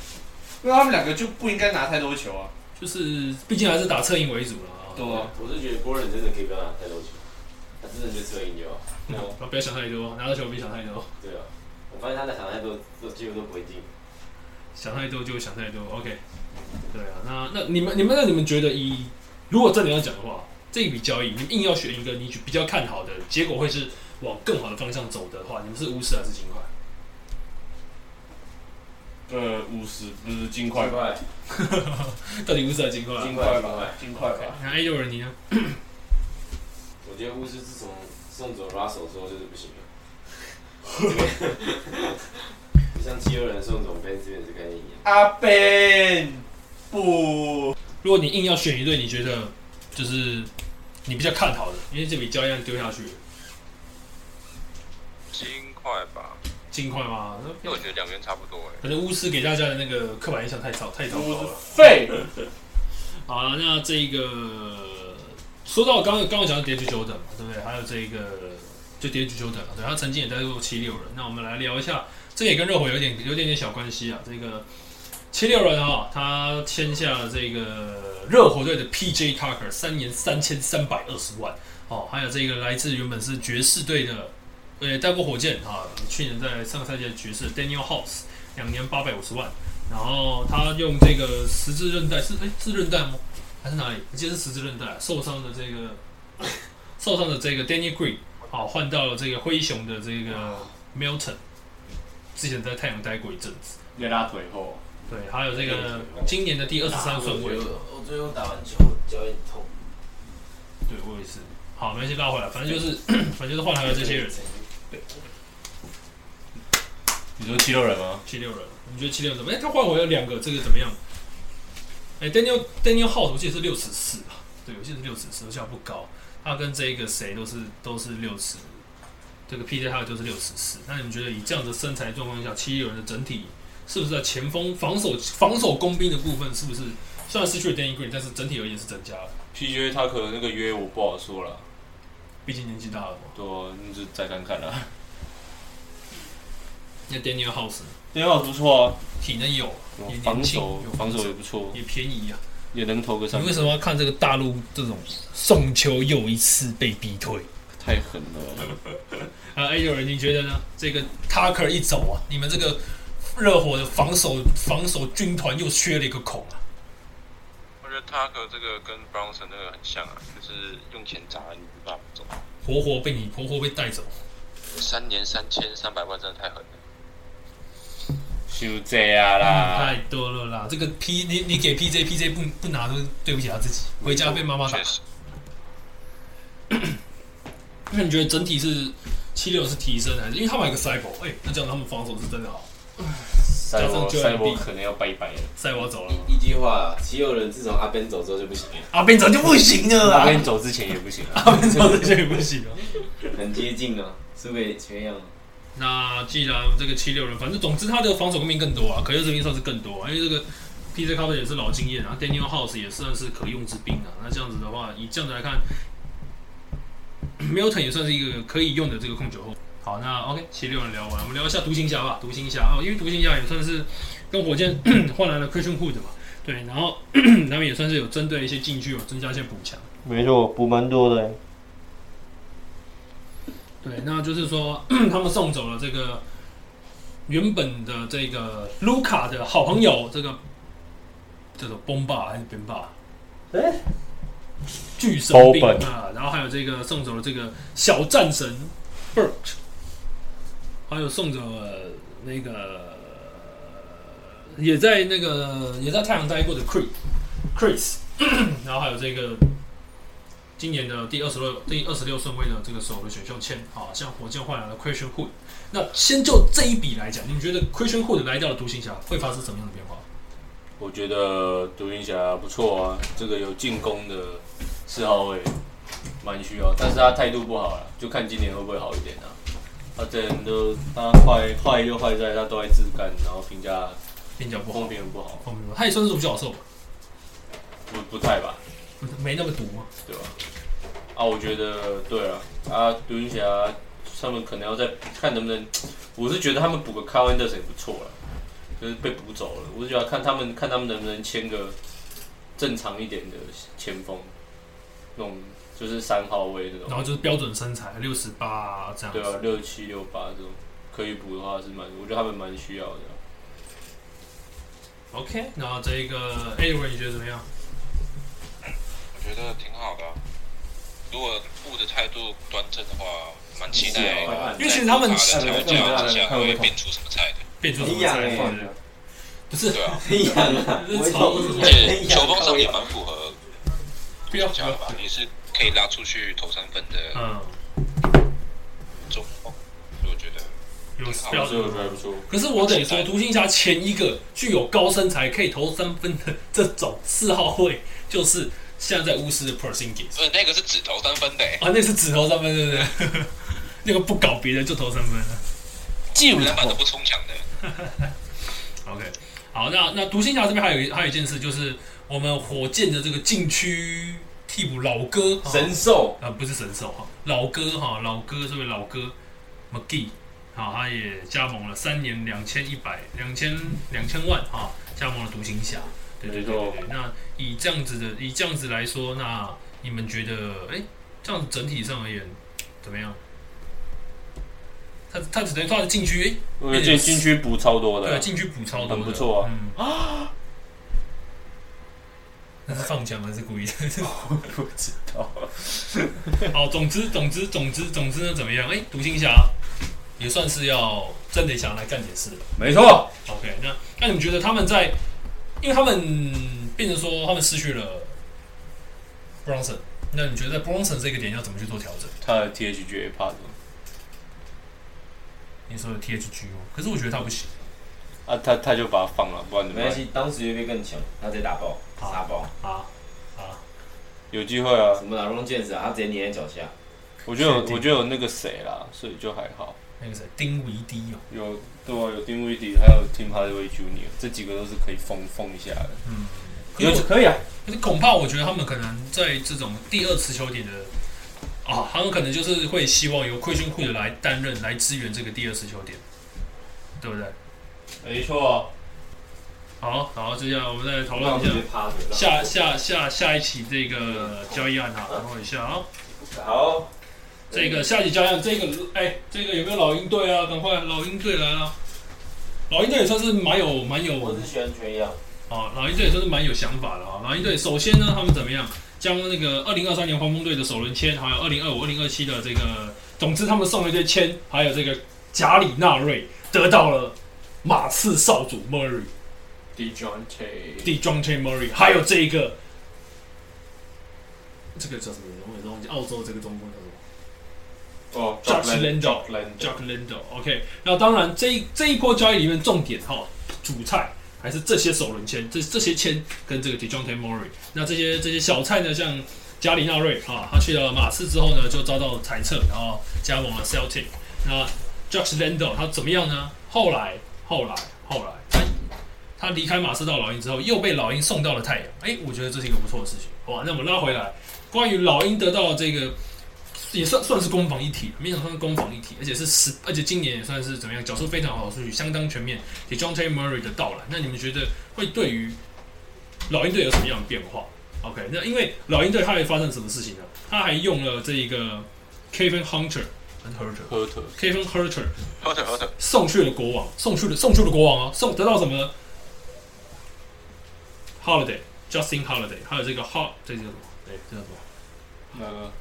因为他们两个就不应该拿太多球啊。就是毕竟还是打侧翼为主了啊。对啊，我是觉得波人真的可以不要拿太多球，他真的就吃了赢就好。啊不要想太多，拿到球别想太多，对啊，我发现他在场太多，都几乎都不会进。想太多就想太多。OK，对啊，那那你们你们那你们觉得以如果真的要讲的话，这一笔交易你们硬要选一个你比较看好的，结果会是往更好的方向走的话，你们是巫师还是金块？呃，五十不是金块吧？快，到底巫师还是金块啊？金块块吧吧，金块啊吧。那 A 六人你呢？我觉得巫师自从送走 Russell 之后就是不行了。就像七六人送走 Ben Simmons 的概念一样，阿 Ben 不，如果你硬要选一队，你觉得就是你比较看好的，因为这笔交易案丢下去，金块吧，金块嘛，那因为我觉得两边差不多哎。可能巫师给大家的那个刻板印象太糟太糟糕了。啊废。好了，那这一个说到刚刚刚讲的叠局久等嘛，对不对？还有这一个就叠局久等嘛，对，他曾经也带过七六人。那我们来聊一下，这也跟热火有点有点点小关系啊。这个七六人啊、他签下了这个热火队的 PJ Tucker 三年三千三百二十万哦，还有这个来自原本是爵士队的，呃，带过火箭啊，去年在上个赛季的爵士 Daniel House 两年八百五十万，然后他用这个十字韧带是哎是韧带吗？还是哪里？我记得是十字韧带受伤的这个 受伤的这个 Danny Green 好换到了这个灰熊的这个 Milton，之前在太阳待过一阵子。越拉腿后，对，啊还有这个今年的第二十三顺位，我最后打完球脚有点痛，对我也是。好，没关系，拉回来，反正 就是反正就是换来了这些人，你说肌肉人吗？七六人。你觉得七六人怎么样？哎，他换回了两个，这个怎么样？哎，Daniel Daniel House 我记得是六十四吧？对，我记得是六十四，而且还不高。他跟这个谁都是都是六十，这个 PJ 还有就是六十四。那你们觉得以这样的身材状况下，七六人的整体是不是在前锋防守防守工兵的部分是不是虽然失去了 Danny Green，但是整体而言是增加了， PJ 他可能那个约我不好说了，毕竟年纪大了嘛。对啊，那就再看看啦。那 Daniel House 对啊，不错啊，体能有，也年防轻，守有哦防守也不错，也便宜啊。也能投个三你为分，什么要看这个大陆这种送球又一次被逼退？太狠了。啊，哎，有人你觉得呢？这个 Tucker 一走啊，你们这个热火的防守防守军团又缺了一个孔啊。我觉得 Tucker 这个跟 Brownson 那个很像啊，就是用钱砸了你没办法走。活活被你活活被带走。三年三千三百万真的太狠了。就这太样啊啦，多了啦！这个 P 你你给 PJ PJ 不不拿都对不起他自己，回家被妈妈打确。实，那你觉得整体是七六是提升还是？因为他们有个 Cyber，哎、那这样他们防守是真的好。赛博加上 Joel 赛博 Embiid 可能要拜拜了。赛我走了吗，一一句话，七六人自从阿 Ben 走之后就不行了，阿边走就不行了我啦，跟你走之前也不行啊。阿边 走这就不行了。很接近啊，输给全阳。那既然这个七六人，反正总之他的防守功名更多啊，可用之兵算是更多、啊，因为这个 PJ Cover 也是老经验啊，Daniel House 也算是可用之兵啊。那这样子的话，以这样子来看，Milton 也算是一个可以用的这个控球后。好，那 OK，七六人聊完，我们聊一下独行侠吧。独行侠哦，因为独行侠也算是跟火箭 换来了 Christian Wood 嘛，对，然后 他们也算是有针对一些禁区有增加一些补强。没错，补蛮多的欸。对，那就是说 他们送走了这个原本的这个卢卡的好朋友，这个这个崩霸还是边霸？哎巨神兵包本啊，然后还有这个送走了这个小战神 Bert，还有送走了那个也在那个也在太阳待过的 Chris Chris，然后还有这个今年的第二十六第二十六顺位的这个首轮选秀签啊，像火箭换来了 Christian Hood。那先就这一笔来讲，你们觉得 Christian Hood 来到了独行侠会发生什么样的变化？我觉得独行侠不错啊，这个有进攻的四号位蛮需要，但是他态度不好了，啊就看今年会不会好一点啊。他之前都他坏坏就坏在他都在自干，然后评价边角不好风，评不好，后面不好他也算是独角兽吧，不不太吧，没那么毒嘛。对吧？啊，我觉得对啊，啊，独行侠他们可能要再看能不能，我是觉得他们补个 c a r l a n d e r 也不错了，就是被补走了，我是觉得看他们看他们能不能签个正常一点的前锋，那种就是三号位这然种，后就是标准身材，六十八这样对啊子。，六七六八这种可以补的话是蛮，我觉得他们蛮需要的啊。 OK，然后这个 a w a n 你觉得怎么样？我觉得挺好的啊、如果布的态度端正的话，蛮期待是啊在因为其实他们卢卡的调教之下会变出什么菜的。变出什么一样菜欸色？不是，对啊， 一样啊，这我是超而且球风上也蛮符合不要不讲要的吧，也是可以拉出去投三分的嗯，中锋，所以我觉得有好标所以我准觉。得还不错，可是我得说，独行侠前一个具有高身材可以投三分的这种四号位，就是现在在巫师的 Porzingis 不是那个是只投三分的、欸，啊，那是只投三分，对不对？ 那个不搞别的就投三分了。进篮板都不冲抢的。 OK，好，那那独行侠这边还有一还有一件事，就是我们火箭的这个禁区替补老哥哈 神兽啊，不是神兽哈，老哥哈，老哥这位老哥 McGee，好，他也加盟了三年两千一百两千两千万哈，加盟了独行侠。对对对对对，那以这样子的以这样子来说，那你们觉得，哎、这样整体上而言怎么样？他他只能靠禁区，我觉得禁禁区补超多哎、对啊，的，禁区补超多的，很不错啊嗯啊，那是放枪还是故意的？不知 道。好，总之，总之，总之，总之呢，怎么样？哎、独行侠也算是要真得想来干点事了。没错， OK，那那你们觉得他们在，因为他们变成说他们失去了 Bronson，那你觉得在 Bronson 这个点要怎么去做调整？他的 THG 也怕什么？你说有 THG 哦，可是我觉得他不行。啊，他他就把它放了，不然怎么没关办？系，当时越变更强，他直接打爆，好杀爆，啊，有机会啊，什么老龙剑士啊，他直接粘在脚下，我觉得有确定我觉得有那个谁啦，所以就还好。那个谁，丁维迪哦，有对啊，有丁威迪，还有 Tim Hardaway Jr. 这几个都是可以封封一下的。嗯，可是有我可以啊，可是恐怕我觉得他们可能在这种第二持球点的啊，他们可能就是会希望由奎训库的来担任来支援这个第二持球点，对不对？没错。好，然后接下来我们再讨好论一下趴着。下下下下一期这个交易案啊，等我一下啊，好，这个下一期交易案，这个哎，这个有没有老鹰队啊？赶快老鹰队来了，老鹰队也算是蛮有蛮有我是喜欢缺氧，哦，老鹰队也算是蛮有想法的啊、老鹰队首先呢，他们怎么样将那个二零二三年黄蜂队的首轮签，还有二零二五、二零二七的这个，总之他们送了一堆签，还有这个贾里纳瑞得到了马刺少主 Murray、 d j o n t e d j o n t e Murray，还有这个这个叫什么名字？我也忘记澳洲这个中锋叫什么。哦 Jock Landale Landale， Jack Lando，OK、那当然这一这一波交易里面重点哈，主菜还是这些首轮签，这这些签跟这个 Dejounte Murray。那这些这些小菜呢，像加里纳瑞啊，他去了马刺之后呢，就遭到裁撤，然后加盟了 Celtic。那 Josh Lando 他怎么样呢？后来后来后来，他他离开马刺到老鹰之后，又被老鹰送到了太阳。哎、我觉得这是一个不错的事情。哇，那我们拉回来，关于老鹰得到这个也算算是攻防一体，勉强算是攻防一体，而且是十，而且今年也算是怎么样，缴出非常好的数据，相当全面。给 John T. Murray 的到来，那你们觉得会对于老鹰队有什么样的变化？OK，那因为老鹰队他还发生什么事情呢？他还用了这一个 Kevin Hunter 还是 Hunter 科特 Kevin Hunter 喝水喝水，送去了国王，送去了送去了国王啊，送得到什么呢？Holiday Justin Holiday，还有这个 Hol 这个叫什么？对，哎这叫什么？那个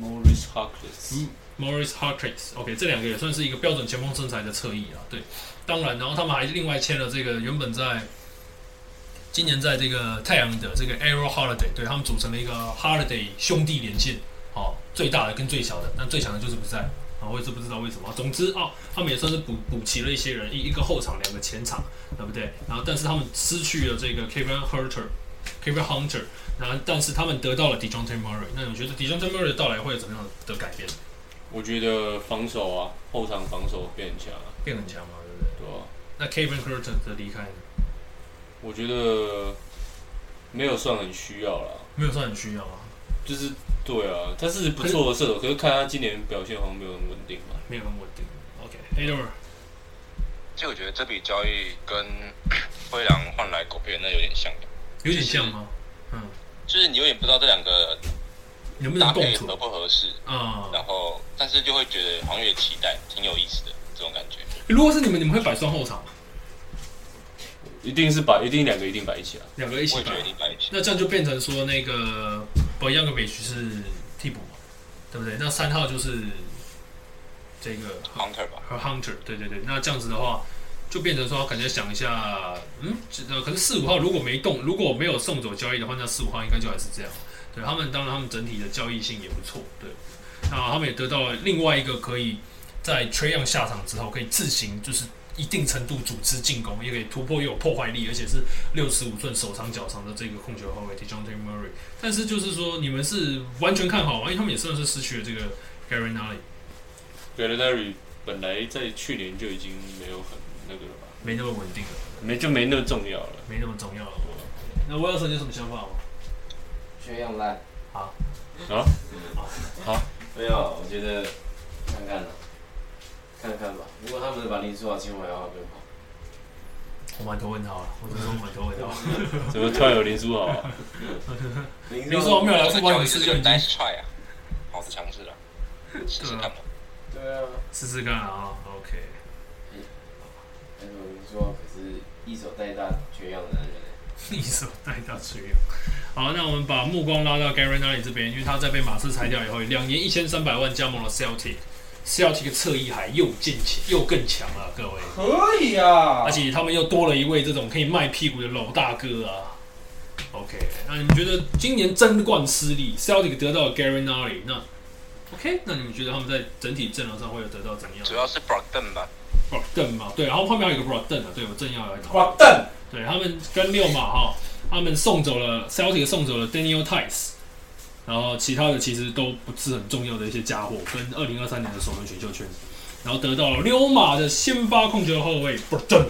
Morris Harkless， Morris Harkless，OK，、这两个也算是一个标准前锋身材的侧翼啊。对，当然，然后他们还另外签了这个原本在今年在这个太阳的这个 Arrow Holiday，对他们组成了一个 Holiday 兄弟连线，哦，最大的跟最小的，但最强的就是不在啊，我也是不知道为什么。总之啊、他们也算是补补齐了一些人，一一个后场，两个前场，对不对？然后但是他们失去了这个 Kevin Hunter，Kevin Hunter，然后但是他们得到了 Dejounte Murray，那你觉得 Dejounte Murray 的到来会有怎么样的改变？我觉得防守啊，后场防守变强啊，变很强嘛，对不对？对吧？那 Kevin Curtin 的离开呢我觉得没有算很需要啦，没有算很需要啊，就是对啊，他是不错的射手，可是看他今年表现好像没有很稳定嘛。没有很稳定。OK，Edward，、其实我觉得这笔交易跟灰狼换来狗贝那有点像，有点像吗？嗯，就是你有点不知道这两个能不搭能共配合存不合适，啊、然后但是就会觉得好像有点期待，挺有意思的这种感觉。如果是你们，你们会摆双后场吗？一定是把一定两个一定摆一起啊，两个一我起也觉摆得一？定摆一起，那这样就变成说那个 b o y a n g o v i c 是替补嘛，对不对？那三号就是这个 Hunter 吧，和 Hunter，对对对，那这样子的话，就变成说，感觉想一下，嗯，这呃，可是四五号如果没动，如果没有送走交易的话，那四五号应该就还是这样。对他们，当然他们整体的交易性也不错，对。那他们也得到了另外一个可以在 t r e y o n 下场之后，可以自行就是一定程度组织进攻，也可以突破，又有破坏力，而且是六十五寸手长脚长的这个控球后卫 Dejounte Murray。但是就是说，你们是完全看好吗？因为他们也算是失去了这个 Gary n a l l y g a l l a r y 本来在去年就已经没有很那个了吧，没那么稳定了。没就 没那么重要了。没那么重要了。那威尔森有什么想法吗？缺样烂，没有，我觉得看看了，看看吧。如果他们把林书豪签回来的话，更好。我满头问号了，啊我真的说满头问号。怎么突然有林书豪、啊？林林书豪没有来这富邦教勇育士是就个已经 nice try 啊，好的尝试啊，试试看嘛。嗯对啊，试试看啊，OK。但是我林书豪可是一手带大缺氧的男人。 一手带到水泳。好，那我们把目光拉到 Gary n a l y 这边，因为他在被马刺裁掉以后，两年一千三百万加盟了 Celtic。Celtic 的侧翼还又进强又更强了，各位，可以啊而且他们又多了一位这种可以卖屁股的老大哥啊。OK，那你们觉得今年争冠失利，Celtic 得到了 Gary n a l y 那 OK，那你们觉得他们在整体阵容上会有得到怎么样主要是 Brogdon 吧， b r o d e n 嘛，对，然后后面还有一个 b r o d e n 啊，对我正要来讨论。瓜蛋，对他们跟六马哈，他们送走了 Celtic 送走了 Daniel Tice，然后其他的其实都不是很重要的一些家伙，跟二零二三年的首轮选秀权，然后得到了溜马的先发控球后卫 b r o d e n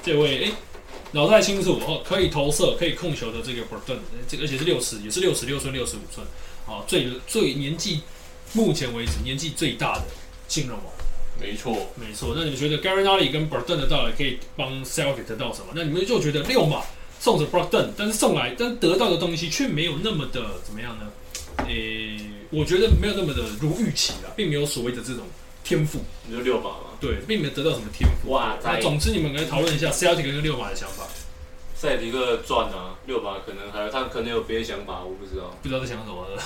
这位哎脑袋清楚哦，可以投射可以控球的这个 b r o d e n 这个而且是六尺也是六尺六寸六十五寸，哦最最年纪目前为止年纪最大的进了网。没错，没错，那你们觉得 Gary n a l y 跟 Burton 的到来可以帮 Celtic 得到什么？那你们就觉得六马送走 Burton，但是送来但得到的东西却没有那么的怎么样呢？诶、我觉得没有那么的如预期啦，并没有所谓的这种天赋，你说六马吗？对，并没有得到什么天赋。哇那塞，总之你们来讨论一下 Celtic 跟六马的想法，塞迪克赚啊，六马可能还有他可能有别的想法，我不知道，不知道在想什么了，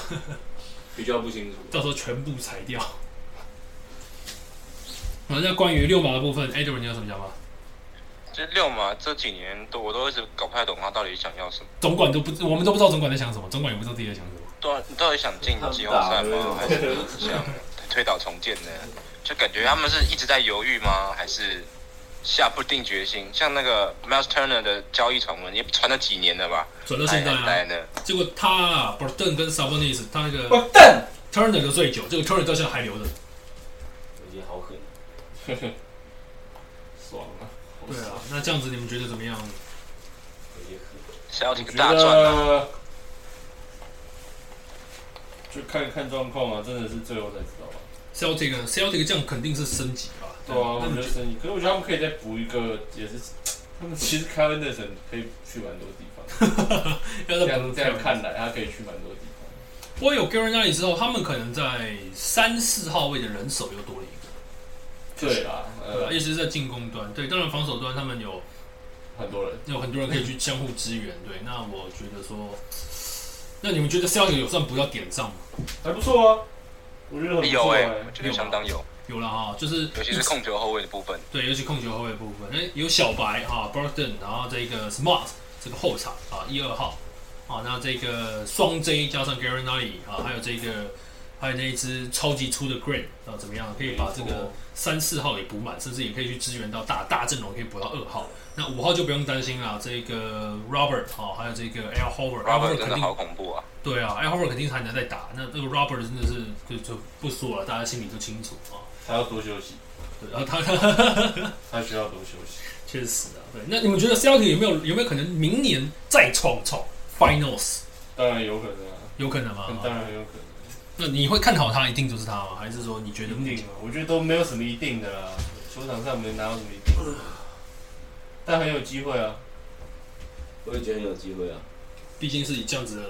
比较不清楚。到时候全部裁掉。 好，那关于六马的部分 e d w a r 你有什么想法？这六嘛，这几年都我都一直搞不太懂他到底想要什么。总管都不，我们都不知道总管在想什么，总管也不知道自己在想什么。对啊，你到底想进季后赛吗？还是想推倒重建呢？就感觉他们是一直在犹豫吗？还是下不定决心？像那个 Miles Turner 的交易传闻也传了几年了吧？转到还现在很啊呆，呢。结果他啊 b r o d e n 跟 Sabonis 他那个哦瓜蛋， Turner 的最久，这个 Turner 到现在还留着。我觉得好狠。啊爽啊！对啊，那这样子你们觉得怎么样？是要几我个觉大赚啊！得就看看状况啊，真的是最后才知道吧。 Celtic 呢 Celtic 这样肯定是升级吧？对啊，我那你觉得觉生意，可是我觉得他们可以再补一个，也是他们其实凯文 n 森可以去蛮多地方。要这在样这样看来，他可以去蛮多地方。呃不过有 Gary 那里之后，他们可能在三四号位的人手又多了一个，对啦，对吧、呃啊？，尤其是在进攻端，对，当然防守端他们有很多人有很多人可以去相互支援，对。那我觉得说，那你们觉得 Celtic 有算补到点上吗？还不错啊，我觉得很不有错哎、哎。我觉得相当有，有了哈，就是尤其是控球后卫的部分。对，尤其控球后卫部分，哎，有小白啊 b r o d e n 然后这个 Smart 这个后场啊，一二号啊，那这个双 J 加上 Gary n a l y 啊，还有这个还有那一只超级粗的 Green 啊，怎么样可以把这哦个三四号也补满，甚至也可以去支援到大大阵容，可以补到二号。那五号就不用担心了，这个 Robert 啊，还有这个 Al Hover，Al Robert Hover 真肯的定好恐怖啊！对啊，Al Hover 肯定还能再打。那这个 Robert 真的是就就不说了，大家心里都清楚啊。他要多休息，对，然后他。他需要多休息。确实啊，对。那你们觉得 Celtic 有没有有没有可能明年再创创 Finals？当然有可能啊，有可能吗？当然有可能。那你会看好他一定就是他吗？还是说你觉得一定啊，我觉得都没有什么一定的啦，球场上没拿到什么一定的，但很有机会啊。我也觉得很有机会啊。毕竟是以这样子的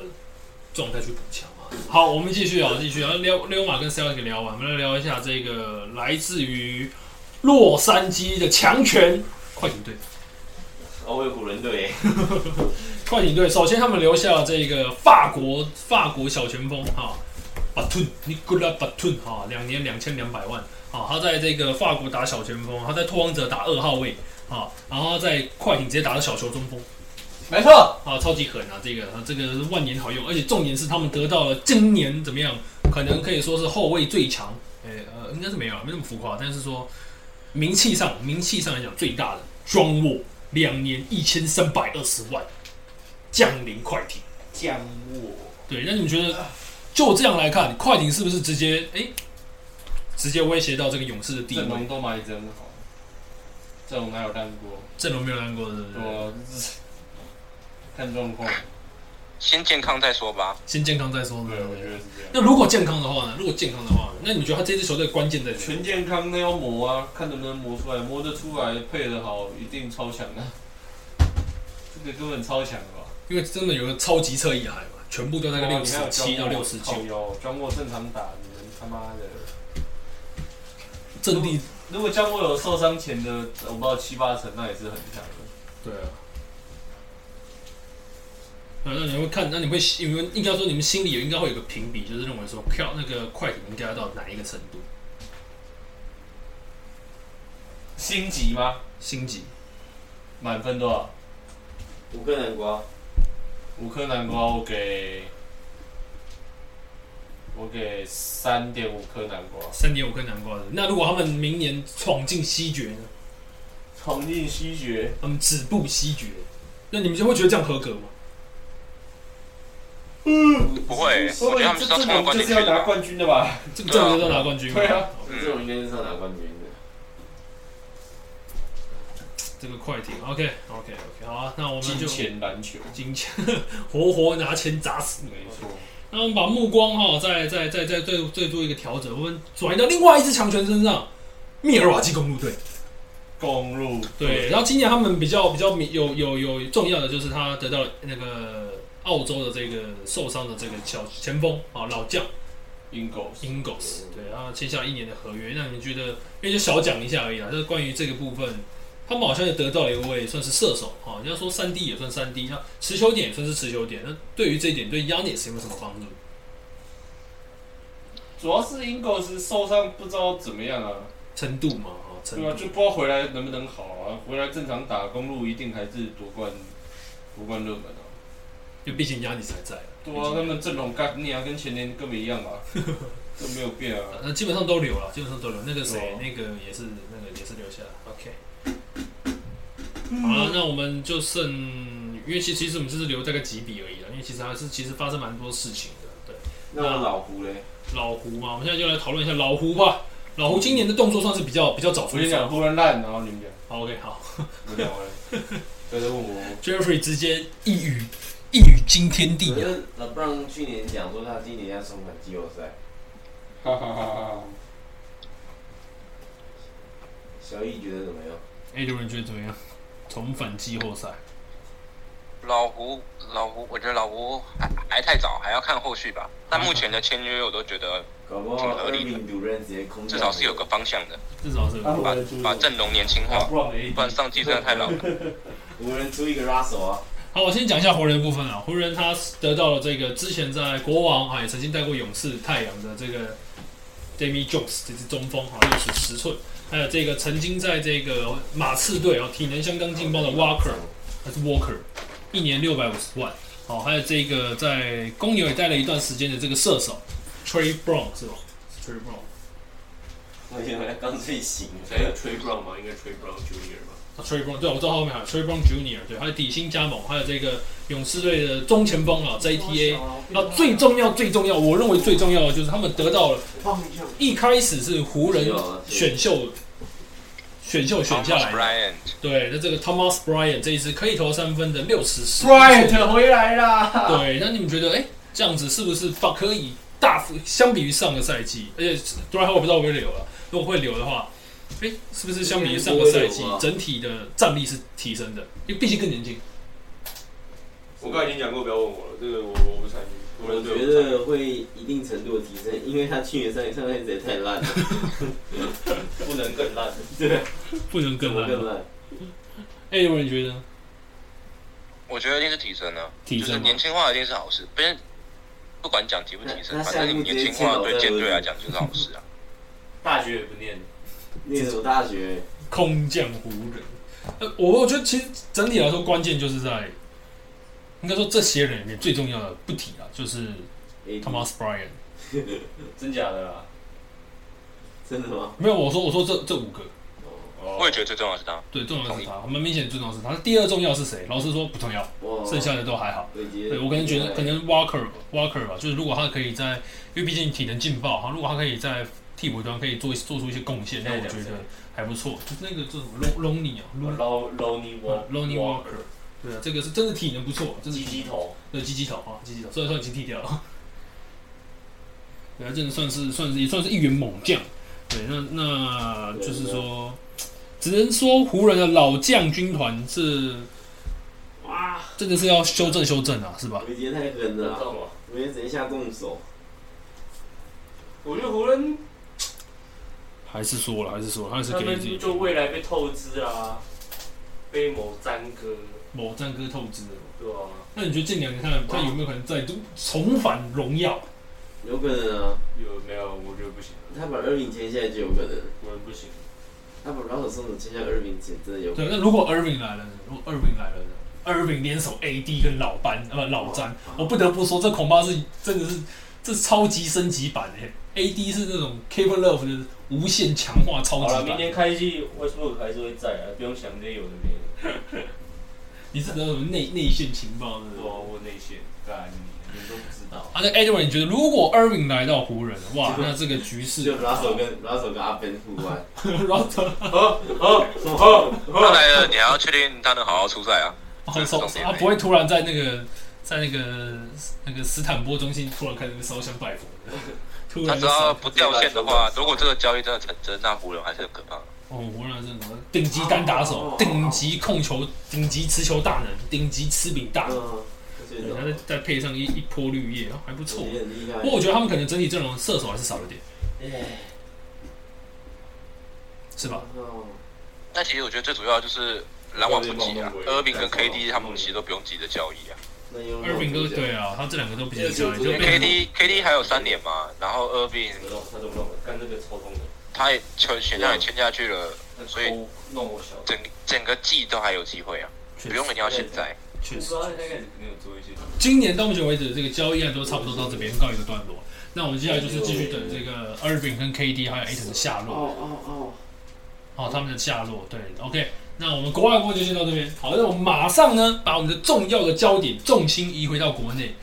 状态去补强嘛。好，我们继续啊，继续啊。聊溜马跟 Celtic 聊完，我们来聊一下这个来自于洛杉矶的强权快艇队。哦，我有湖人队耶，快艇队首先他们留下了这个法国法国小前锋哈，Batun Nicola Batun 哈，两年两千两百万啊，他在这个法国打小前锋，他在拓荒者打二号位啊，然后他在快艇直接打到小球中锋没错，啊，超级狠啊，这个啊这个是万年好用，而且重点是他们得到了今年怎么样，可能可以说是后卫最强，诶、呃应该是没有啊，没那么浮夸，但是说名气上名气上来讲最大的庄沃两年一千三百二十万降临快艇。降我对，那你们觉得就这样来看，快艇是不是直接哎、诶直接威胁到这个勇士的地阵位？容都买真好，阵容哪有干过？啊阵容没有烂过，对不对？我看状况，先健康再说吧。先健康再说呢。啊我觉得是这样。那如果健康的话呢？如果健康的话，那你觉得他这支球队关键在哪？全健康那要磨啊，看能不能磨出来，磨得出来配得好，一定超强的、这个根本超强的吧？因为真的有个超级侧翼海嘛，全部都在那那个六十七哦到六十九，张默正常打，你们他妈的！阵地如果张默有受伤前的，我不知道七八成，那也是很强的。对啊。对，啊那你会看，那你会，你们应该说你们心里有应该会有个评比，就是认为说跳那个快艇应该要到哪一个程度，心急吗？星级满分多少？五个南瓜，五颗南瓜，我给，我给三点五颗南瓜。三点五颗南瓜的。那如果他们明年闯进西决呢？闯进西决，他们止步西决，那你们就会觉得这样合格吗？不会，所我觉以得他这们是要这冲到种冠就是军去要拿的。冠军的吧？这个这样就要拿冠军吗？对啊嗯哦这种应该是要拿冠军的。这个快艇，OK OK OK，好啊，那我们金就钱篮球，金钱 活活拿钱砸死你。没错。那我们把目光哈、再再再再再再做一个调整，我们转移到另外一支强权身上，密尔瓦基公路队。公路对，然后今年他们比较比较明有有有重要的就是他得到了那个澳洲的这个受伤的这个小前锋啊老将英狗 Ingles，对，嗯然后签下一年的合约。那你们觉得，因为就小讲一下而已啦，就是关于这个部分，他们好像也得到了一位算是射手啊，你要说三 D 也算三 D，那持球点也算是持球点。那对于这一点，对 Yanis 有没有什么帮助？主要是英狗是受伤不知道怎么样啊，程度嘛，啊，程对啊，度。就不知道回来能不能好啊，回来正常打公路一定还是夺冠夺冠热门啊。就毕竟压力还在。对啊，他们阵容干你啊，跟前年根本一样啊，这没有变 啊。那基本上都留了，基本上都留。那个谁，哦那个也是，那个也是留下来。OK。好了，那我们就剩，因为其其实我们这次留大概几笔而已了，因为其实还是其实发生蛮多事情的。对，那我老胡嘞？老胡嘛，我们现在就来讨论一下老胡吧。老胡今年的动作算是比较比较早我出先手。讲湖人烂，然后你们讲，好，OK，好。我讲完了。不要再问我， Jeffrey 直接一语一语惊天地可啊！是老呃布朗去年讲说他今年要重返季后赛，哈哈哈哈！小易觉得怎么样？哎，有人觉得怎么样？重返季后赛，老胡，老胡，我觉得老胡还还太早，还要看后续吧。但目前的签约，我都觉得搞不好二零主任直接空至少是有个方向的，至少是把把阵容年轻嗯化，不然没不然上季真的太老了。无人出一个 Russell 啊，好，我先讲一下湖人的部分啊。湖人他得到了这个之前在国王啊也曾经带过勇士、太阳的这个 d a m i Jones 这支中锋啊，六尺十寸，还有这个曾经在这个马刺队啊体能相当劲爆的 Walker 还是 Walker，一年六百五十万。好，还有这个在公牛也待了一段时间的这个射手 Trey Brown 是吧？Trey Brown 我以为他刚睡醒。谁 Trey Brown 嘛，应该 Trey Brown Junior 吧。啊，Trey Brown，对，我知道后面还有 Trey Brown Junior，对，还有底薪加盟，还有这个勇士队的中前锋啊，JTA。那最重要、最重要，我认为最重要的就是他们得到了，一开始是湖人选秀选秀 选下来 Thomas 的， Bryant，对，那这个 Thomas Bryant 这一支可以投三分的六十十， Bright 回来啦！对，那你们觉得，哎，这样子是不是放可以大幅相比于上个赛季，而且 d r y 我不知道会不会留了，如果会留的话，哎，是不是相比于上个赛应该不会季留啊吧整体的战力是提升的？因为毕竟更年轻，我刚才已经讲过，不要问我了，这个我我不参与。湖我人队觉不参与得会一定程度的提升，因为他去年上一上赛季实在太烂了，不能更烂。不能更烂更了。烂。哎，有人觉得呢我觉得一定是提升了，提就是升啊吗年？轻化一定是好事。不然不管讲提不提那升，那反下一正步你年轻化对直接舰签老队戴来讲就是好事啊。大学也不念，念什么大学？空降湖人。呃，我我觉得其实整体来说，关键就是在，应该说这些人里面最重要的不提啊，就是诶 Thomas Bryan。真假的啊啦？真的吗？没有，我说我说这这五个，我也哦，觉得最重要的是他，对，重要的是他，蛮明显的最重要的是他。第二重要是谁？老实说不重要，哇，剩下的都还好。对对我可能觉得可能 Walker Walker 吧，就是如果他可以在，因为毕竟体能劲爆哈，如果他可以在替补端可以做做出一些贡献，那我觉得还不错。就是那个叫什么 Lon Loney 啊我，Lon Low Lonny Walker。 Loney Walker，对啊，这个是真的体能不错，真的鸡体鸡能头，对，鸡鸡头啊，鸡鸡头，虽然说已经剃掉了，对啊，真的算是算是也算是一员猛将。对，那那就是说，只能说湖人的老将军团是哇，真的是要修正修正啊，是吧？维杰太狠很了啊，痛啊！维杰直接下重手，我觉得湖人还是说了，还是说了，还是他给你自己们就未来被透支啊，被某詹哥，某战哥透支了。对吧、那你觉得近两年他他有没有可能再度重返荣耀？有可能啊，有没有？我觉得不行，他把二饼签下来就有可能，湖人不行。他把老手松子签下二饼签真的有可对，能，那如果 Irving 来了呢，如果 Irving 来了呢？Irving 联手 AD 跟老班呃不老詹，我不得不说，这恐怕是真的是这超级升级版哎、AD 是那种 Kevin Love 的无限强化超好了，级明版。年开季 Westbrook 还是会在啊，不用想这些有的没的。你是得什么内内线情报的？我我内线，干你，你都不知道。啊，那 Edwin，你觉得如果 Irving 来到湖人，哇，那这个局势就老手跟老手跟阿芬互换， Russell 他来了，你还要确定他能好好出赛啊？哦手啊，不会突然在那个在那个那个斯坦波中心突然开始烧香拜佛 的，突他然只就要烧不掉线的话，如果这个交易真的成真，那湖人还是很可怕。哦，湖人这种顶级单打手、哦顶级控球、顶级持球大能、顶级吃饼大能，嗯，所以对，这然后种再再配上一一波绿叶，还不错我。觉得很厉害不过，我觉得他们可能整体阵容射手还是少了点，哎是吧？哦但其实我觉得最主要就是篮网不急啊，对厄饼跟 KD 他们其实都不用急着交易啊，那有二饼哥对啊，他这两个都比较而强，就且我因为觉得变 KD KD 还有三年嘛，然后厄饼怎么弄？他怎么弄？干这个超痛的，他也签选项也签下去了，那所以抠弄我小。整整个季都还有机会啊，确不实用一定要现在。确实。他开始肯定有做一些。今年到目前为止，这个交易案都差不多到这边告一个段落。那我们接下来就是继续等这个二饼跟 KD 还有 A 腾的下哦落。哦好，他们的下落，对，OK。那我们国外的部分就先到这边。好，那我们马上呢，把我们的重要的焦点重心移回到国内。